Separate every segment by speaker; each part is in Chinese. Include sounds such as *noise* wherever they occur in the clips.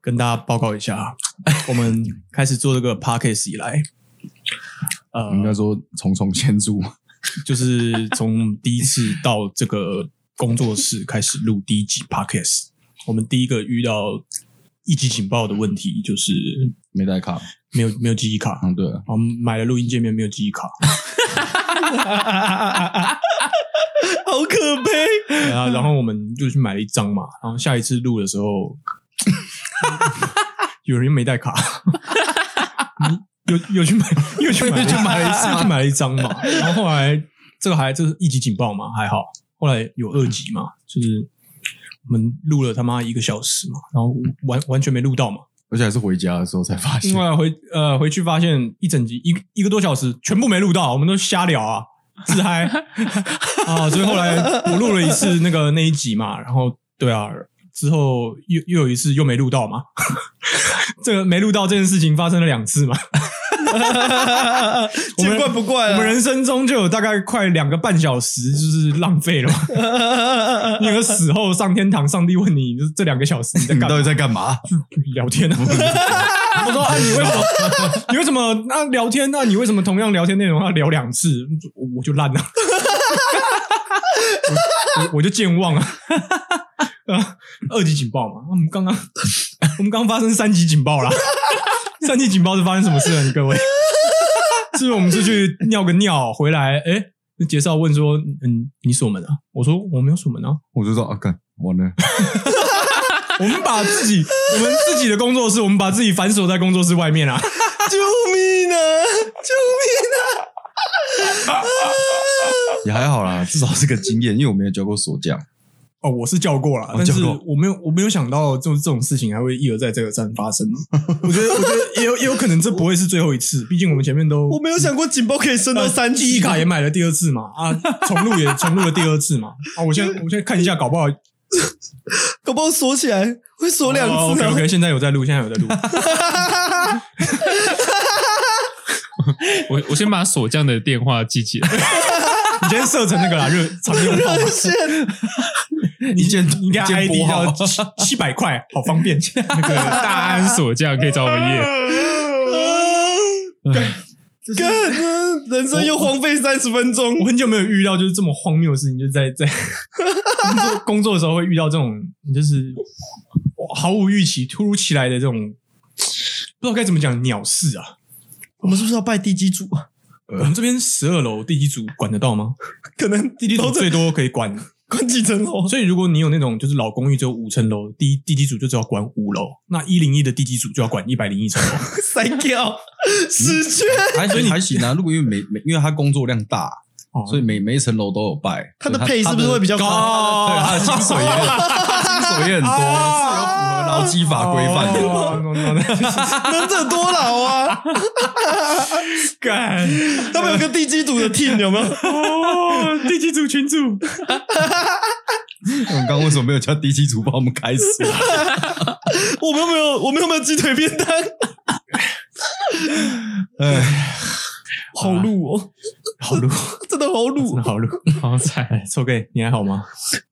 Speaker 1: 跟大家报告一下，啊我们开始做这个 podcast 以来，呃，
Speaker 2: 应该说重重千注，
Speaker 1: 就是从第一次到这个工作室开始录第一集 podcast，我们第一个遇到一级警报的问题就是
Speaker 2: 没带卡。
Speaker 1: 没有没有记忆卡，
Speaker 2: 嗯，对了，
Speaker 1: 我们买了录音界面没有记忆卡，
Speaker 3: 好可悲。
Speaker 1: 对啊，然后我们就去买了一张嘛，然后下一次录的时候，有人又没带卡，你又又去买又去买
Speaker 2: 又去买了一次吗
Speaker 1: 又去买了一张嘛，然后后来这个还这是一级警报嘛，还好，后来有二级嘛，就是我们录了他妈一个小时嘛，然后完完全没录到嘛，
Speaker 2: 而且还是回家的时候才发现
Speaker 1: 另，外回呃回去发现一整集一一个多小时全部没录到，我们都瞎聊
Speaker 3: *laughs*
Speaker 1: 啊，自嗨啊，所以后来我录了一次那个那一集嘛，然后对啊，之后又又有一次又没录到嘛， *laughs* 这个没录到这件事情发生了两
Speaker 3: *laughs*
Speaker 1: 次嘛，我们
Speaker 3: 见怪不怪啊
Speaker 1: 我们
Speaker 3: 了。
Speaker 1: 人生中就有大概快两个半小时就是浪费了嘛，
Speaker 3: *laughs*
Speaker 1: 那个死后上天堂，上帝问你就是这两个小时你在
Speaker 2: 你
Speaker 1: 干嘛
Speaker 2: 到？底在干嘛？
Speaker 1: 聊天啊。 *laughs* 我说啊，你为什 *laughs* 么？你为什么那、聊天？啊那、你为什么同样聊天内容要啊聊两次？我我就 *laughs* 烂了、我我我就健忘 *laughs* 啊。啊，二级警报嘛，啊我们刚刚我们刚发生三级警报 *laughs* 啦。三级警报是发生什么事了？你 *laughs* 各位，是不是我们出去尿个尿回来？哎、介绍问说，嗯，你锁门啊？我说我没有锁门啊。
Speaker 2: 我就说啊，干完了，
Speaker 1: *laughs* 我们把自己，我们自己的工作室，我们把自己反锁在工作室外面啊。
Speaker 3: *laughs*
Speaker 1: *laughs*
Speaker 3: 救命啊！救啊
Speaker 2: 也还好啦，至少是个经验，因为我没有教过锁匠。
Speaker 1: 哦，我是叫过了，
Speaker 2: 哦
Speaker 1: 但是
Speaker 2: 叫过
Speaker 1: 我没有，我没有想到就是这种事情还会一而再再而三发生。我觉得，我觉得也有也有可能这不会是最后一次，毕竟我们前面都
Speaker 3: 命！我没有想过警报可以升到
Speaker 1: 呃
Speaker 3: 三
Speaker 1: 记忆
Speaker 3: 级
Speaker 1: 卡也买了第二次嘛，啊，重录也 *laughs* 重录了第二次嘛。啊，我现在我现在看一下，搞不好
Speaker 3: 搞不好锁起来会锁两
Speaker 1: 哦
Speaker 3: 次
Speaker 1: OK
Speaker 3: 啊！ *laughs*
Speaker 1: OK，现在有在录，现在有在录。
Speaker 4: *laughs* 我我先把锁匠的电话记起来。
Speaker 1: *laughs* 你今天设成那个啦，热常用号
Speaker 3: 热
Speaker 1: 码，
Speaker 3: *laughs* 线
Speaker 1: *laughs* 你
Speaker 2: 键
Speaker 1: 你给他
Speaker 2: 一键
Speaker 1: ID
Speaker 2: 拨号
Speaker 1: 要七七百块，好方
Speaker 2: *laughs*
Speaker 1: 便。
Speaker 4: 那个大安锁匠可以找我们业。
Speaker 3: 哎干，嗯人生又荒废三十分钟
Speaker 1: 我。很久没有遇到就是这么荒谬的事情，就是
Speaker 2: *laughs*
Speaker 1: 在在工作工作的时候会遇到这种，就是毫无预期、突如其来的这种，不知道该怎么讲鸟事啊！
Speaker 3: 我们是不是要拜地基主啊？
Speaker 1: 我们这边十二楼地基组管得到吗？
Speaker 3: *laughs* 可能
Speaker 1: 地基组最多可以管，
Speaker 3: 关几层 *laughs*
Speaker 2: 哦
Speaker 3: 楼？
Speaker 1: 所以如果你有那种就是老公寓只有五层楼，第一地基组就只要管五楼，那一零一的地基组就要管一百零一层楼。
Speaker 3: 塞掉死缺，
Speaker 2: 还行还行啊，如果因为每每因为他工作量大，
Speaker 1: 哦
Speaker 2: 所以每每一层楼都有拜，
Speaker 3: 他的配是不是会比较
Speaker 1: 哦
Speaker 3: 高？
Speaker 2: *laughs* 对他的薪水也
Speaker 3: *laughs*
Speaker 2: 薪水也很多，
Speaker 3: 啊
Speaker 2: 是有符合劳基法规范的。
Speaker 1: 哦，no, no,
Speaker 2: *laughs*
Speaker 1: no
Speaker 3: *laughs* 能者多劳 *laughs* 啊！
Speaker 1: 干
Speaker 3: 他们有个地基组的 team 有没有？
Speaker 1: 哦，地基组群主。
Speaker 2: 我们刚刚为什么没有叫第七组帮我们开始？啊
Speaker 3: 我们有没有？我们有没有鸡腿便 *laughs* 当？
Speaker 2: 哎，
Speaker 3: 好卤哦，
Speaker 1: 好录，
Speaker 3: 真的好
Speaker 1: 真的
Speaker 3: 卤！
Speaker 1: 好录。
Speaker 4: 好惨，
Speaker 1: 臭 gay，你还好吗？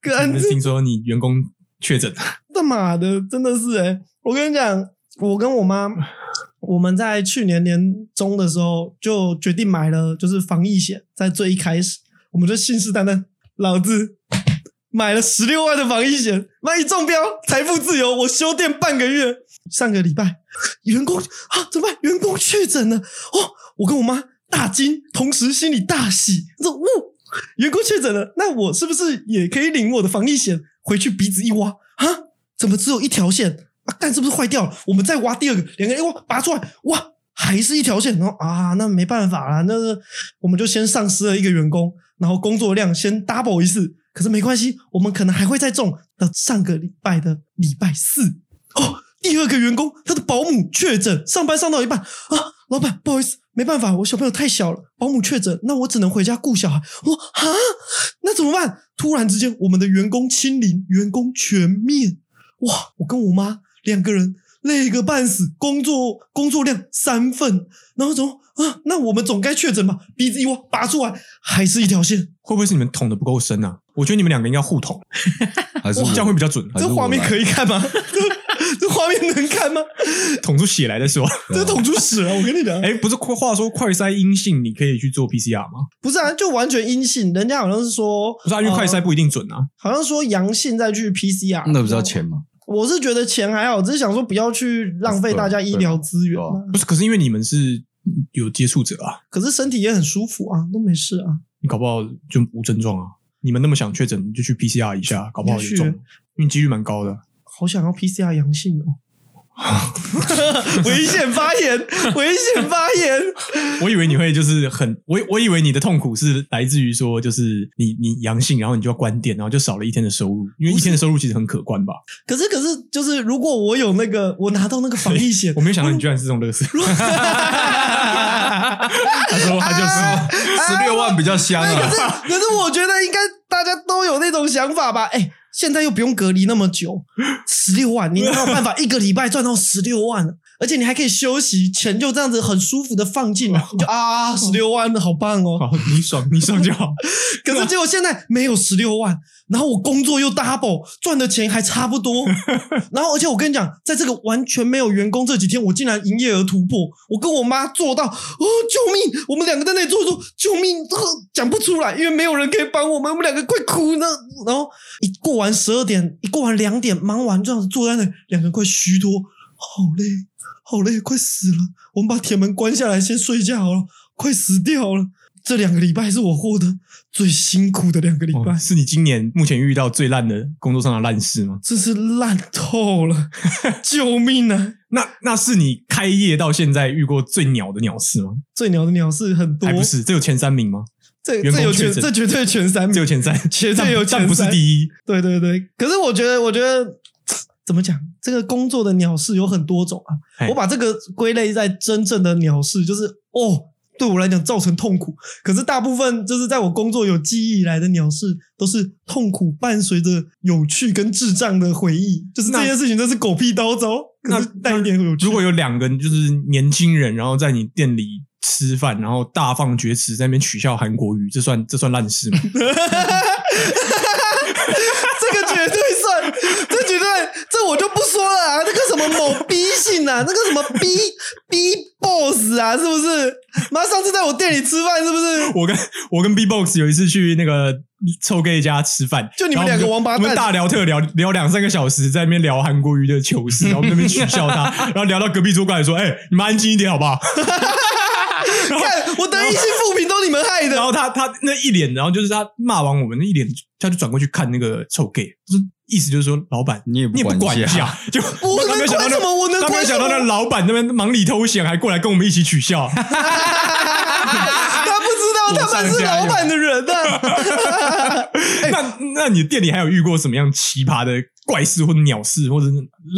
Speaker 3: 干这
Speaker 1: 听说你员工确诊，
Speaker 3: 他妈的，真的是哎、我跟你讲，我跟我妈，我们在去年年中的时候就决定买了，就是防疫险。在最一开始，我们就信誓旦旦，老子买了十六万的防疫险，万一中标，财富自由，我休店半个月。上个礼拜，员工啊，怎么办？员工确诊了哦！我跟我妈大惊，同时心里大喜，我说：“呜，员工确诊了，那我是不是也可以领我的防疫险？回去鼻子一挖，啊，怎么只有一条线？啊，蛋是不是坏掉了？我们再挖第二个，两个人一挖拔出来，哇，还是一条线。然后啊，那没办法啦，那我们就先丧失了一个员工，然后工作量先 double 一次。可是没关系，我们可能还会再中。到上个礼拜的礼拜四，哦，第二个员工他的保姆确诊，上班上到一半啊，老板不好意思，没办法，我小朋友太小了，保姆确诊，那我只能回家顾小孩。我说啊，那怎么办？突然之间，我们的员工清零，员工全面。哇，我跟我妈两个人累个半死，工作工作量三份，然后怎么啊？那我们总该确诊吧？鼻子一挖拔出来，还是一条线，
Speaker 1: 会不会是你们捅的不够深啊？我觉得你们两个应该互捅，
Speaker 2: 还是
Speaker 3: 哦
Speaker 1: 这样
Speaker 2: 我
Speaker 1: 会比较准。
Speaker 2: 还是
Speaker 3: 这
Speaker 2: 我 *laughs*
Speaker 3: 画面
Speaker 2: 来
Speaker 3: 可以看吗？这画面能看吗？
Speaker 2: 嗯
Speaker 1: 捅出血来再说。
Speaker 3: 这捅出屎了！我跟你讲，
Speaker 1: 哎，不是，话说快筛阴性，你可以去做 PCR 吗？
Speaker 3: 不是啊，就完全阴性。人家好像是说，
Speaker 1: 不是啊，因为快筛
Speaker 3: 呃
Speaker 1: 不一定准啊。
Speaker 3: 好像说阳性再去 PCR，
Speaker 2: 那不是要钱吗？
Speaker 3: 我是觉得钱还好，只是想说不要去浪费大家医疗资源啊、
Speaker 2: 对
Speaker 1: 不是，可是因为你们是有接触者啊，
Speaker 3: 可是身体也很舒服啊，都没事啊。
Speaker 1: 你搞不好就无症状啊。你们那么想确诊，你就去 PCR 一下，搞不好
Speaker 3: 也
Speaker 1: 有
Speaker 3: 许
Speaker 1: 中，因为几率蛮高的。啊
Speaker 3: 好想要 PCR 阳性哦！ *laughs* 危险发言，危险发言！
Speaker 1: 我以为你会就是很，我我以为你的痛苦是来自于说，就是你你阳性，然后你就要关店，然后就少了一天的收入，因为一天的收入其实很可观吧。
Speaker 3: 可是，可是，就是如果我有那个，我拿到那个防疫 *laughs* 险
Speaker 1: 我，没有想到你居然是这哦种乐色。
Speaker 3: *laughs*
Speaker 1: 他说他就是
Speaker 2: *laughs* 十六万比较香
Speaker 3: 哎可
Speaker 2: 啊
Speaker 3: 是，可是我觉得应该大家都有那种想法吧？哎、现在又不用隔离那么久，十六万，你哪有办法一个礼拜赚到十六万？而且你还可以休息，钱就这样子很舒服的放进来，你就啊，十六万好棒
Speaker 1: *laughs*
Speaker 3: 哦！*laughs*
Speaker 1: 好，你爽 *laughs* 你爽就好。
Speaker 3: 可是结果现在没有十六万，然后我工作又 double，赚的钱还差不多，然后而且我跟你讲，在这个完全没有员工这几天，我竟然营业额突破，我跟我妈做到哦，救命！我们两个在那里做说救命，呃讲不出来，因为没有人可以帮我们，我们两个快哭呢。然后一过完十二点，一过完两点，忙完这样子坐在那里，两个人快虚脱，好累，好累，快死了！我们把铁门关下来，先睡觉好了，快死掉了。这两个礼拜是我过得最辛苦的两个礼拜，
Speaker 1: 哦是你今年目前遇到最烂的工作上的烂事吗？
Speaker 3: 真是烂透了， *laughs* 救命啊！
Speaker 1: 那那是你开业到现在遇过最鸟的鸟事吗？
Speaker 3: 最鸟的鸟事很多
Speaker 1: 还，不是，这有前三名吗？
Speaker 3: 这
Speaker 1: 员
Speaker 3: 这
Speaker 1: 工
Speaker 3: 有
Speaker 1: 确
Speaker 3: 全
Speaker 1: 诊
Speaker 3: 这绝对全三
Speaker 1: 这
Speaker 3: 名
Speaker 1: 有，前三，
Speaker 3: 绝
Speaker 1: 但
Speaker 3: 对有前
Speaker 1: 但不是
Speaker 3: 三
Speaker 1: 第一。
Speaker 3: 对对对。可是我觉得，我觉得怎么讲，这个工作的鸟事有很多种啊
Speaker 1: 嘿。
Speaker 3: 我把这个归类在真正的鸟事，就是哦，对我来讲造成痛苦。可是大部分就是在我工作有记忆以来的鸟事，都是痛苦伴随着有趣跟智障的回忆。就是这
Speaker 1: 那
Speaker 3: 件事情真是狗屁叨糟，可
Speaker 1: 那
Speaker 3: 是带一点有趣。
Speaker 1: 如果有两个就是年轻人，然后在你店里吃饭，然后大放厥词，在那边取笑韩国语，这算这算烂事吗？
Speaker 3: 这个绝对算，这绝对，这我就不说了啊！那个什么某 B 姓啊，那个什么 B B boss 啊，是不是？妈，上次在我店里吃饭是不是？
Speaker 1: 我跟我跟 B Box 有一次去那个臭 gay 家吃饭，
Speaker 3: 就你们
Speaker 1: 然后
Speaker 3: 两个
Speaker 1: 我
Speaker 3: 王八蛋
Speaker 1: 我们大聊特聊聊两三个小时，在那边聊韩国瑜的糗
Speaker 3: *laughs*
Speaker 1: 事，然后我们那边取笑他，然后聊到隔壁桌过来说：“哎、你们安静一点好不好
Speaker 3: 看我得异性复评都你们害？”
Speaker 1: 然
Speaker 3: 的，
Speaker 1: 后他他那一脸，然后就是他骂完我们那一脸，他就转过去看那个臭 gay，就是意思就是说老板
Speaker 2: 你也
Speaker 1: 你也不管
Speaker 2: 管
Speaker 1: 一下， *laughs* 就
Speaker 3: 我
Speaker 1: 刚
Speaker 3: 能
Speaker 1: 刚想到
Speaker 3: 怪
Speaker 1: 那
Speaker 3: 什么？我能
Speaker 1: 他没
Speaker 3: 怪
Speaker 1: 有
Speaker 3: 什
Speaker 1: 想到那
Speaker 3: 么？
Speaker 1: 老板那边忙里偷闲，还过来跟我们一起取笑。
Speaker 3: *laughs* 他不知道他们是老板的人呢、啊。
Speaker 1: 那那你店里还有遇过什么样奇葩的怪事或者鸟事，或者是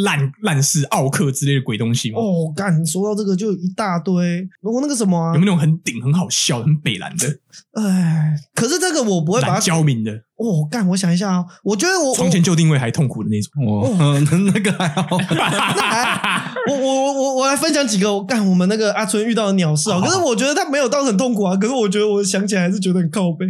Speaker 1: 烂烂事、奥克之类的鬼东西吗？
Speaker 3: 哦，干，说到这个就一大堆。如果那个什么啊
Speaker 1: 有没有，那种很顶、很好笑、很北蓝的、
Speaker 3: 哎，可是这个我不会呃把
Speaker 1: 懒
Speaker 3: 它。
Speaker 1: 焦民的、
Speaker 3: 哦，干，我想一下啊，我觉得我
Speaker 1: 床前就定位还痛苦的那种？
Speaker 2: 我 *laughs* 那个还好，
Speaker 3: 我我我我来分享几个我干我们那个阿春遇到的鸟事啊，
Speaker 1: 好
Speaker 3: 可是我觉得他没有到很痛苦啊，可是我觉得我想起来还是觉得很靠背。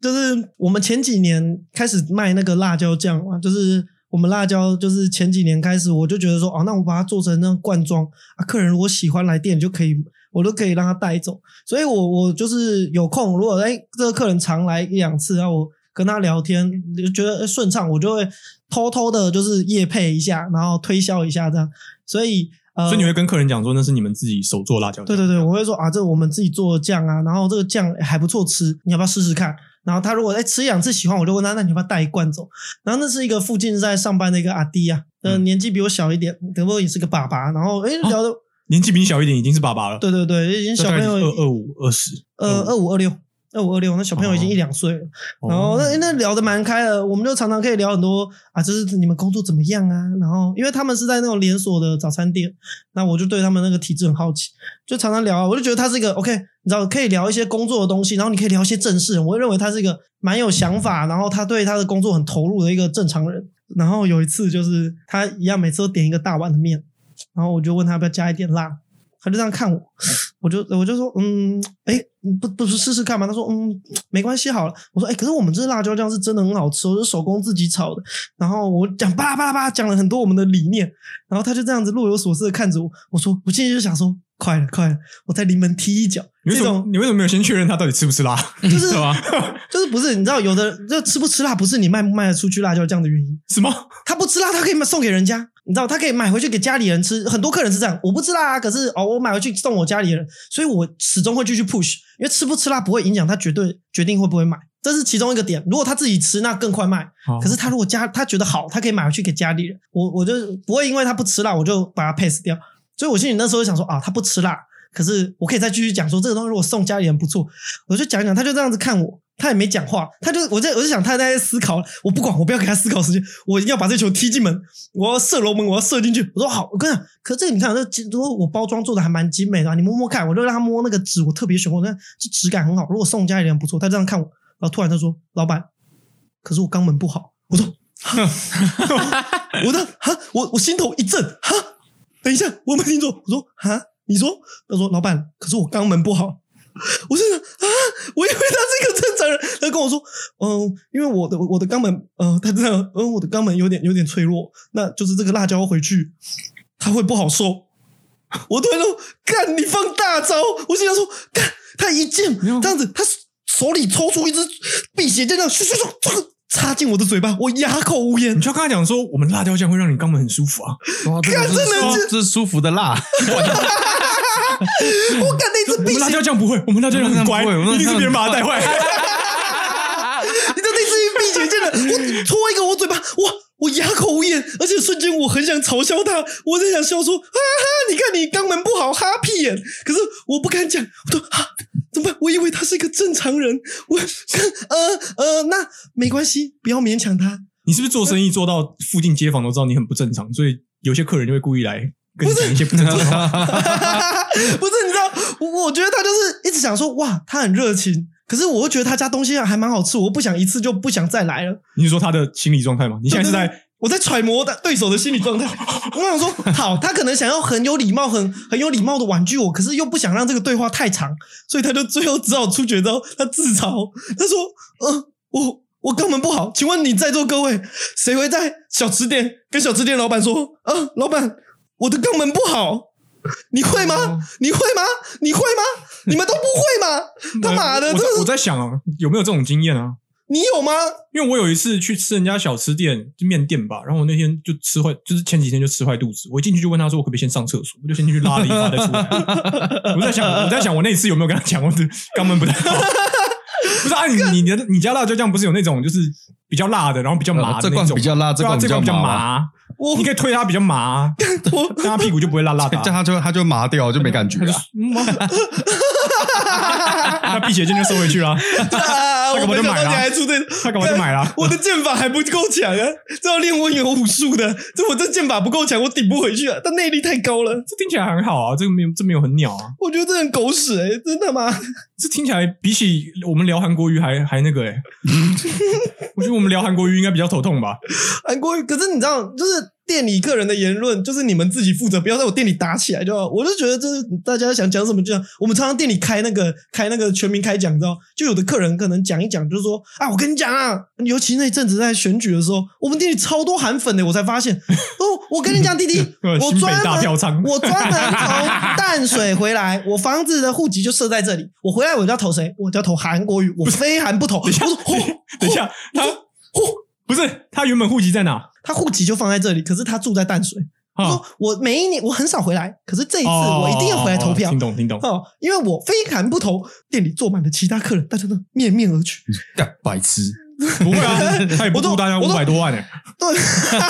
Speaker 3: 就是我们前几年开始卖那个辣椒酱嘛，就是我们辣椒就是前几年开始我就觉得说哦，那我把它做成那种罐装啊，客人如果喜欢来店就可以，我都可以让他带走。所以我我就是有空，如果哎、这个客人常来一两次，然啊后我跟他聊天就觉得哎顺畅，我就会偷偷的就是夜配一下，然后推销一下这样。所以呃，
Speaker 1: 所以你会跟客人讲说那是你们自己手做辣椒酱？
Speaker 3: 对对对，我会说啊，这我们自己做的酱啊，然后这个酱还不错吃，你要不要试试看？然后他如果哎吃一两次喜欢，我就问他，那你要不要带一罐走？然后那是一个附近在上班的一个阿弟啊，呃，
Speaker 1: 嗯哦
Speaker 3: 年纪比我小一点，德国也是个爸爸，然后哎聊的，
Speaker 1: 年纪比你小一点，已经是爸爸了。
Speaker 3: 对对对，已经
Speaker 1: 这
Speaker 3: 小
Speaker 1: 大概
Speaker 3: 朋
Speaker 1: 是
Speaker 3: 友
Speaker 1: 二二五二十，
Speaker 3: 呃二五二六。二五二六，那小朋友已经一两岁了，然后那那聊得蛮开的，我们就常常可以聊很多啊，就是你们工作怎么样啊？然后因为他们是在那种连锁的早餐店，那我就对他们那个体制很好奇，就常常聊啊，我就觉得他是一个 OK，你知道可以聊一些工作的东西，然后你可以聊一些正事，我会认为他是一个蛮有想法，然后他对他的工作很投入的一个正常人。然后有一次就是他一样，每次都点一个大碗的面，然后我就问他要不要加一点辣，他就这样看我，
Speaker 1: 嗯
Speaker 3: 我就我就说，嗯，哎，不不是试试看吗？他说，嗯，没关系，好了。我说，哎，可是我们这辣椒酱是真的很好吃哦，我是手工自己炒的。然后我讲巴拉巴拉巴拉讲了很多我们的理念，然后他就这样子若有所思的看着我。我说，我现在就想说，快了快了，我在临门踢一脚。
Speaker 1: 你为
Speaker 3: 这
Speaker 1: 什么 *laughs*
Speaker 3: 种
Speaker 1: 你为什么没有先确认他到底吃不吃辣？ *laughs*
Speaker 3: 就是
Speaker 4: 对吧？
Speaker 3: *laughs* 就是不是你知道，有的就吃不吃辣，不是你卖不卖得出去辣椒酱的原因。
Speaker 1: 什么？
Speaker 3: 他不吃辣，他可以买送给人家，你知道，他可以买回去给家里人吃。很多客人是这样，我不吃辣、啊，可是哦，我买回去送我家里人，所以我始终会继续 push，因为吃不吃辣不会影响他绝对决定会不会买，这是其中一个点。如果他自己吃，那更快卖。可是他如果家他觉得好，他可以买回去给家里人，我我就不会因为他不吃辣，我就把他 pass 掉。所以我心里那时候就想说啊，他不吃辣，可是我可以再继续讲说这个东西如果送家里人不错，我就讲一讲，他就这样子看我。他也没讲话，他就我在我就想他在思考，我不管，我不要给他思考时间，我一定要把这球踢进门，我要射龙门，我要射进去。我说好，我跟你讲，可是这个你看，这其如果我包装做的还蛮精美的、啊，你摸摸看，我就让他摸那个纸，我特别喜欢，我看这质感很好。如果送家里人不错，他这样看我，然后突然他说：“老板，可是我肛门不好。”我说：“我的哈，我我心头一震，哈，等一下，我没听错。”我说：“哈，你说？”他说：“老板，可是我肛门不好。”我是啊，我以为他是一个正常人，他跟我说，嗯，因为我的我的肛门，嗯、他这样，嗯，我的肛门有点有点脆弱，那就是这个辣椒回去，他会不好受。我突然说，干你放大招！我心想说，干他一剑这样子，他手里抽出一支辟邪剑，这样咻咻咻咻插进我的嘴巴，我哑口无言
Speaker 1: 你。就要跟他讲说，我们辣椒酱会让你肛门很舒服啊。
Speaker 2: 哇这个
Speaker 3: 看
Speaker 2: 是
Speaker 3: 这能
Speaker 2: 舒
Speaker 3: 吃
Speaker 2: 这是舒服的辣，
Speaker 3: *laughs* 我干那支
Speaker 1: 我
Speaker 3: 辟
Speaker 1: 们
Speaker 3: 邪
Speaker 1: 辣椒酱不会，我们辣椒酱很乖，
Speaker 2: 我们辣椒酱不会我们
Speaker 1: 一定是别人把它带
Speaker 3: *laughs*
Speaker 1: 坏。
Speaker 3: 你知道那次一闭嘴真的，我戳一个我嘴巴，哇，我哑口无言，而且瞬间我很想嘲笑他，我在想笑说，哈哈，你看你肛门不好，哈屁眼，可是我不敢讲，我说哈。怎么办？我以为他是一个正常人，我 *laughs* 呃呃，那没关系，不要勉强他。
Speaker 1: 你是不是做生意做到附近街坊都知道你很不正常，所以有些客人就会故意来跟你讲一些不正常的
Speaker 2: *laughs*
Speaker 1: 话？
Speaker 3: 不是，你知道，我我觉得他就是一直想说，哇，他很热情，可是我又觉得他家东西还蛮好吃，我不想一次就不想再来了。
Speaker 1: 你是说他的心理状态吗？你现在是
Speaker 2: *laughs*
Speaker 1: 在
Speaker 3: 我在揣摩的对手的心理状态。 *laughs* 我想说，好，他可能想要很有礼貌、很很有礼貌的婉拒我，可是又不想让这个对话太长，所以他就最后只好出绝招。他自嘲，他说：“嗯、我我肛门不好，请问你在座各位，谁会在小吃店跟小吃店老板说，啊、老板，我的肛门不好？”你会
Speaker 1: 哦
Speaker 3: 吗？你会吗？你会吗？你们都不会吗？
Speaker 1: *laughs*
Speaker 3: 他妈的，
Speaker 1: 我
Speaker 3: 真
Speaker 1: 在
Speaker 3: 的
Speaker 1: 我
Speaker 3: 是
Speaker 1: 在想啊，有没有这种经验啊？
Speaker 3: 你有吗？
Speaker 1: 因为我有一次去吃人家小吃店，就面店吧，然后我那天就吃坏，就是前几天就吃坏肚子。我一进去就问他说：“我可不可以先上厕所？”我就先进去拉了一发再出
Speaker 2: *laughs*
Speaker 1: 来。我在想，我在想，我那一次有没有跟他讲，我的肛门不太好？不是啊，你你的你家辣椒酱不是有那种就是比较辣的，然后比较麻的
Speaker 2: 呃这
Speaker 1: 那
Speaker 2: 罐
Speaker 1: 种？
Speaker 2: 比较辣，这
Speaker 1: 对啊
Speaker 2: 罐
Speaker 1: 这
Speaker 2: 比
Speaker 1: 比较
Speaker 2: 麻，
Speaker 1: 麻，
Speaker 3: 我
Speaker 1: 你可以推它比较麻， *laughs*
Speaker 3: 我
Speaker 1: 但它屁股就不会辣辣
Speaker 2: 这
Speaker 1: 的
Speaker 2: 样
Speaker 1: 啊。
Speaker 2: 它就它就麻掉，就没感觉
Speaker 1: 它就
Speaker 2: 啊。
Speaker 1: 嗯 *laughs* 哇那辟邪剑就收回去了，
Speaker 3: 啊！
Speaker 1: 那
Speaker 3: *laughs* 我
Speaker 1: 干嘛就
Speaker 3: 没想
Speaker 1: 买
Speaker 3: 到
Speaker 1: 了
Speaker 3: 你还出这，
Speaker 1: 他干嘛就买了？
Speaker 3: 我的剑法还不够强啊！这要练我有武术的，这我这剑法不够强，我顶不回去啊！他内力太高了，
Speaker 1: 这听起来很好啊，这个没有这没有很鸟啊，
Speaker 3: 我觉得这很狗屎哎、真的吗？ *laughs*
Speaker 1: 这听起来比起我们聊韩国瑜还还那个哎、我觉得我们聊韩国瑜应该比较头痛吧？
Speaker 3: 韩国瑜，可是你知道，就是店里个人的言论，就是你们自己负责，不要在我店里打起来就好。我就觉得，就是大家想讲什么就讲。我们常常店里开那个开那个全民开讲，你知道，就有的客人可能讲一讲，就是说啊，我跟你讲啊，尤其那一阵子在选举的时候，我们店里超多韩粉的，我才发现。 *laughs* 哦，我跟你讲，弟
Speaker 1: *laughs*
Speaker 3: 弟，我
Speaker 1: 呃新北
Speaker 3: 专
Speaker 1: 大
Speaker 3: 门
Speaker 1: 票仓，
Speaker 3: 我专门从淡水回来，我房子的户籍就设在这里。我回来我就要投谁？我就要投韩国瑜，我非韩不投。我说，哦嚯，
Speaker 1: 等一下，他不是他原本户籍在哪？
Speaker 3: 他户籍就放在这里，可是他住在淡水。他
Speaker 1: 啊
Speaker 3: 说我每一年我很少回来，可是这一次我一定要回来投
Speaker 1: 哦
Speaker 3: 票
Speaker 1: 听。懂听懂。
Speaker 3: 哦，因为我非韩不投，店里坐满了其他客人，大家都面面而去。
Speaker 2: 干白痴，
Speaker 1: 不会啊，他也不
Speaker 3: 我都
Speaker 1: 顾大家
Speaker 3: 我
Speaker 1: 五
Speaker 3: 都
Speaker 1: 百多万哎、
Speaker 3: 对， *laughs*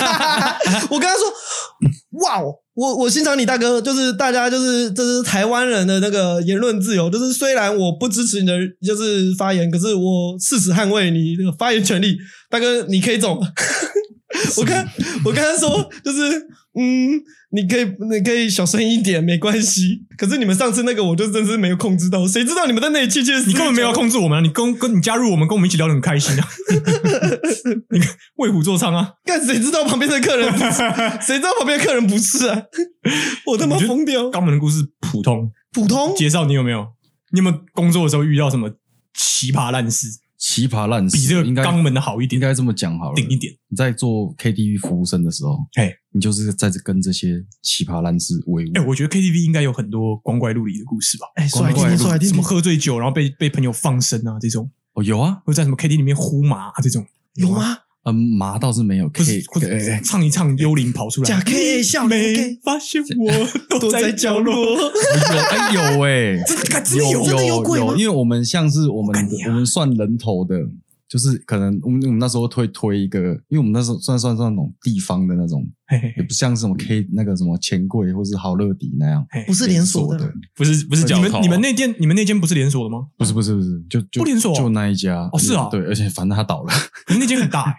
Speaker 3: 我跟他说，哇哦，我我欣赏你大哥，就是大家就是这是台湾人的那个言论自由，就是虽然我不支持你的就是发言，可是我誓死捍卫你的发言权利， *laughs* 大哥你可以走。我跟我跟他说，就是嗯，你可以你可以小声一点，没关系。可是你们上次那个，我就真是没有控制到，谁知道你们在那里窃窃私语？
Speaker 1: 你根本没有控制我们啊！你跟跟你加入我们，跟我们一起聊得很开心
Speaker 3: *laughs*
Speaker 1: 啊！你为虎作伥啊！
Speaker 3: 干，谁知道旁边的客人不是？谁知道旁边的客人不
Speaker 2: *laughs*
Speaker 3: 是啊？我他妈
Speaker 1: 我觉得
Speaker 3: 疯掉！
Speaker 1: 肛门的故事普通，
Speaker 3: 普通
Speaker 1: 介绍你有没有？你有没有工作的时候遇到什么奇葩烂事？
Speaker 2: 奇葩烂事，
Speaker 1: 比这个
Speaker 2: 应该
Speaker 1: 肛门的好一点，
Speaker 2: 应该这么讲好了。
Speaker 1: 顶一点。
Speaker 2: 你在做 KTV 服务生的时候，
Speaker 1: 嘿，
Speaker 2: 你就是在这跟这些奇葩烂事为伍。
Speaker 1: 哎、我觉得 KTV 应该有很多光怪陆离的故事吧？
Speaker 3: 哎，说来听
Speaker 2: 光怪
Speaker 3: 听，
Speaker 2: 陆
Speaker 3: 说来听
Speaker 1: 什么
Speaker 3: 听，
Speaker 1: 喝醉酒然后被被朋友放生啊这种，
Speaker 2: 哦，有啊，
Speaker 1: 或者在什么 KTV 里面呼麻、啊、这种，
Speaker 3: 有？吗？
Speaker 2: 嗯，麻倒是没有。
Speaker 1: 或者
Speaker 2: K 哎
Speaker 1: 或者
Speaker 2: K- *laughs*
Speaker 1: 唱一唱幽灵跑出来，
Speaker 3: 假 K 笑脸
Speaker 1: 没
Speaker 3: K
Speaker 1: 发现
Speaker 3: *laughs*
Speaker 1: 我
Speaker 3: 躲
Speaker 1: 躲
Speaker 3: 在
Speaker 1: 在
Speaker 3: 角
Speaker 1: 角落，
Speaker 3: 落，
Speaker 2: 有哎有哎，
Speaker 1: 真
Speaker 2: 有
Speaker 3: 真的有
Speaker 2: 有
Speaker 3: 贵吗
Speaker 2: 因为我们像是我们
Speaker 1: 我看你啊
Speaker 2: 我们算人头的，就是可能我们我们那时候推推一个，因为我们那时候算算算那种地方的那种，
Speaker 1: 嘿嘿
Speaker 2: 也
Speaker 1: 嘿
Speaker 2: 不像是什么 K 那个什么钱柜或是好乐迪那样
Speaker 1: 嘿
Speaker 3: 不是连锁的，
Speaker 4: 不是不是角
Speaker 1: 呃你
Speaker 4: 头
Speaker 2: 啊
Speaker 1: 们你们那间你们那间不是连锁的吗？
Speaker 2: 不是不是不是，就就
Speaker 1: 不连锁
Speaker 2: 就那一家
Speaker 1: 哦是哦
Speaker 2: 对，而且反正它倒了，
Speaker 1: 你们那间很
Speaker 2: *laughs*
Speaker 1: 大、欸，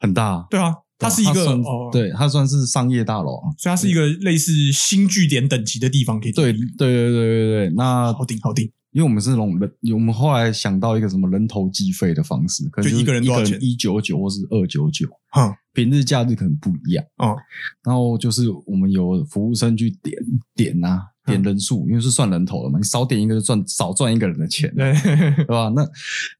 Speaker 2: 很大，
Speaker 1: 对啊，它是一个
Speaker 2: 算
Speaker 1: 哦，，
Speaker 2: 对，它算是商业大楼啊，
Speaker 1: 所以它是一个类似新据点等级的地方，可以啊
Speaker 2: 对对对对对对，那
Speaker 1: 好顶好顶，
Speaker 2: 因为我们是那种人，我们后来想到一个什么人头计费的方式，可能
Speaker 1: 就一个人
Speaker 2: 一
Speaker 1: 多少
Speaker 2: 个
Speaker 1: 钱
Speaker 2: 人一九九或是二九九，
Speaker 1: 哼
Speaker 2: 平日假日可能不一样。
Speaker 1: 哦，
Speaker 2: 然后就是我们有服务生去点点啊，点
Speaker 1: 嗯
Speaker 2: 人数，因为是算人头的嘛，你少点一个就赚少赚一个人的钱，
Speaker 1: 对，
Speaker 2: 对吧？那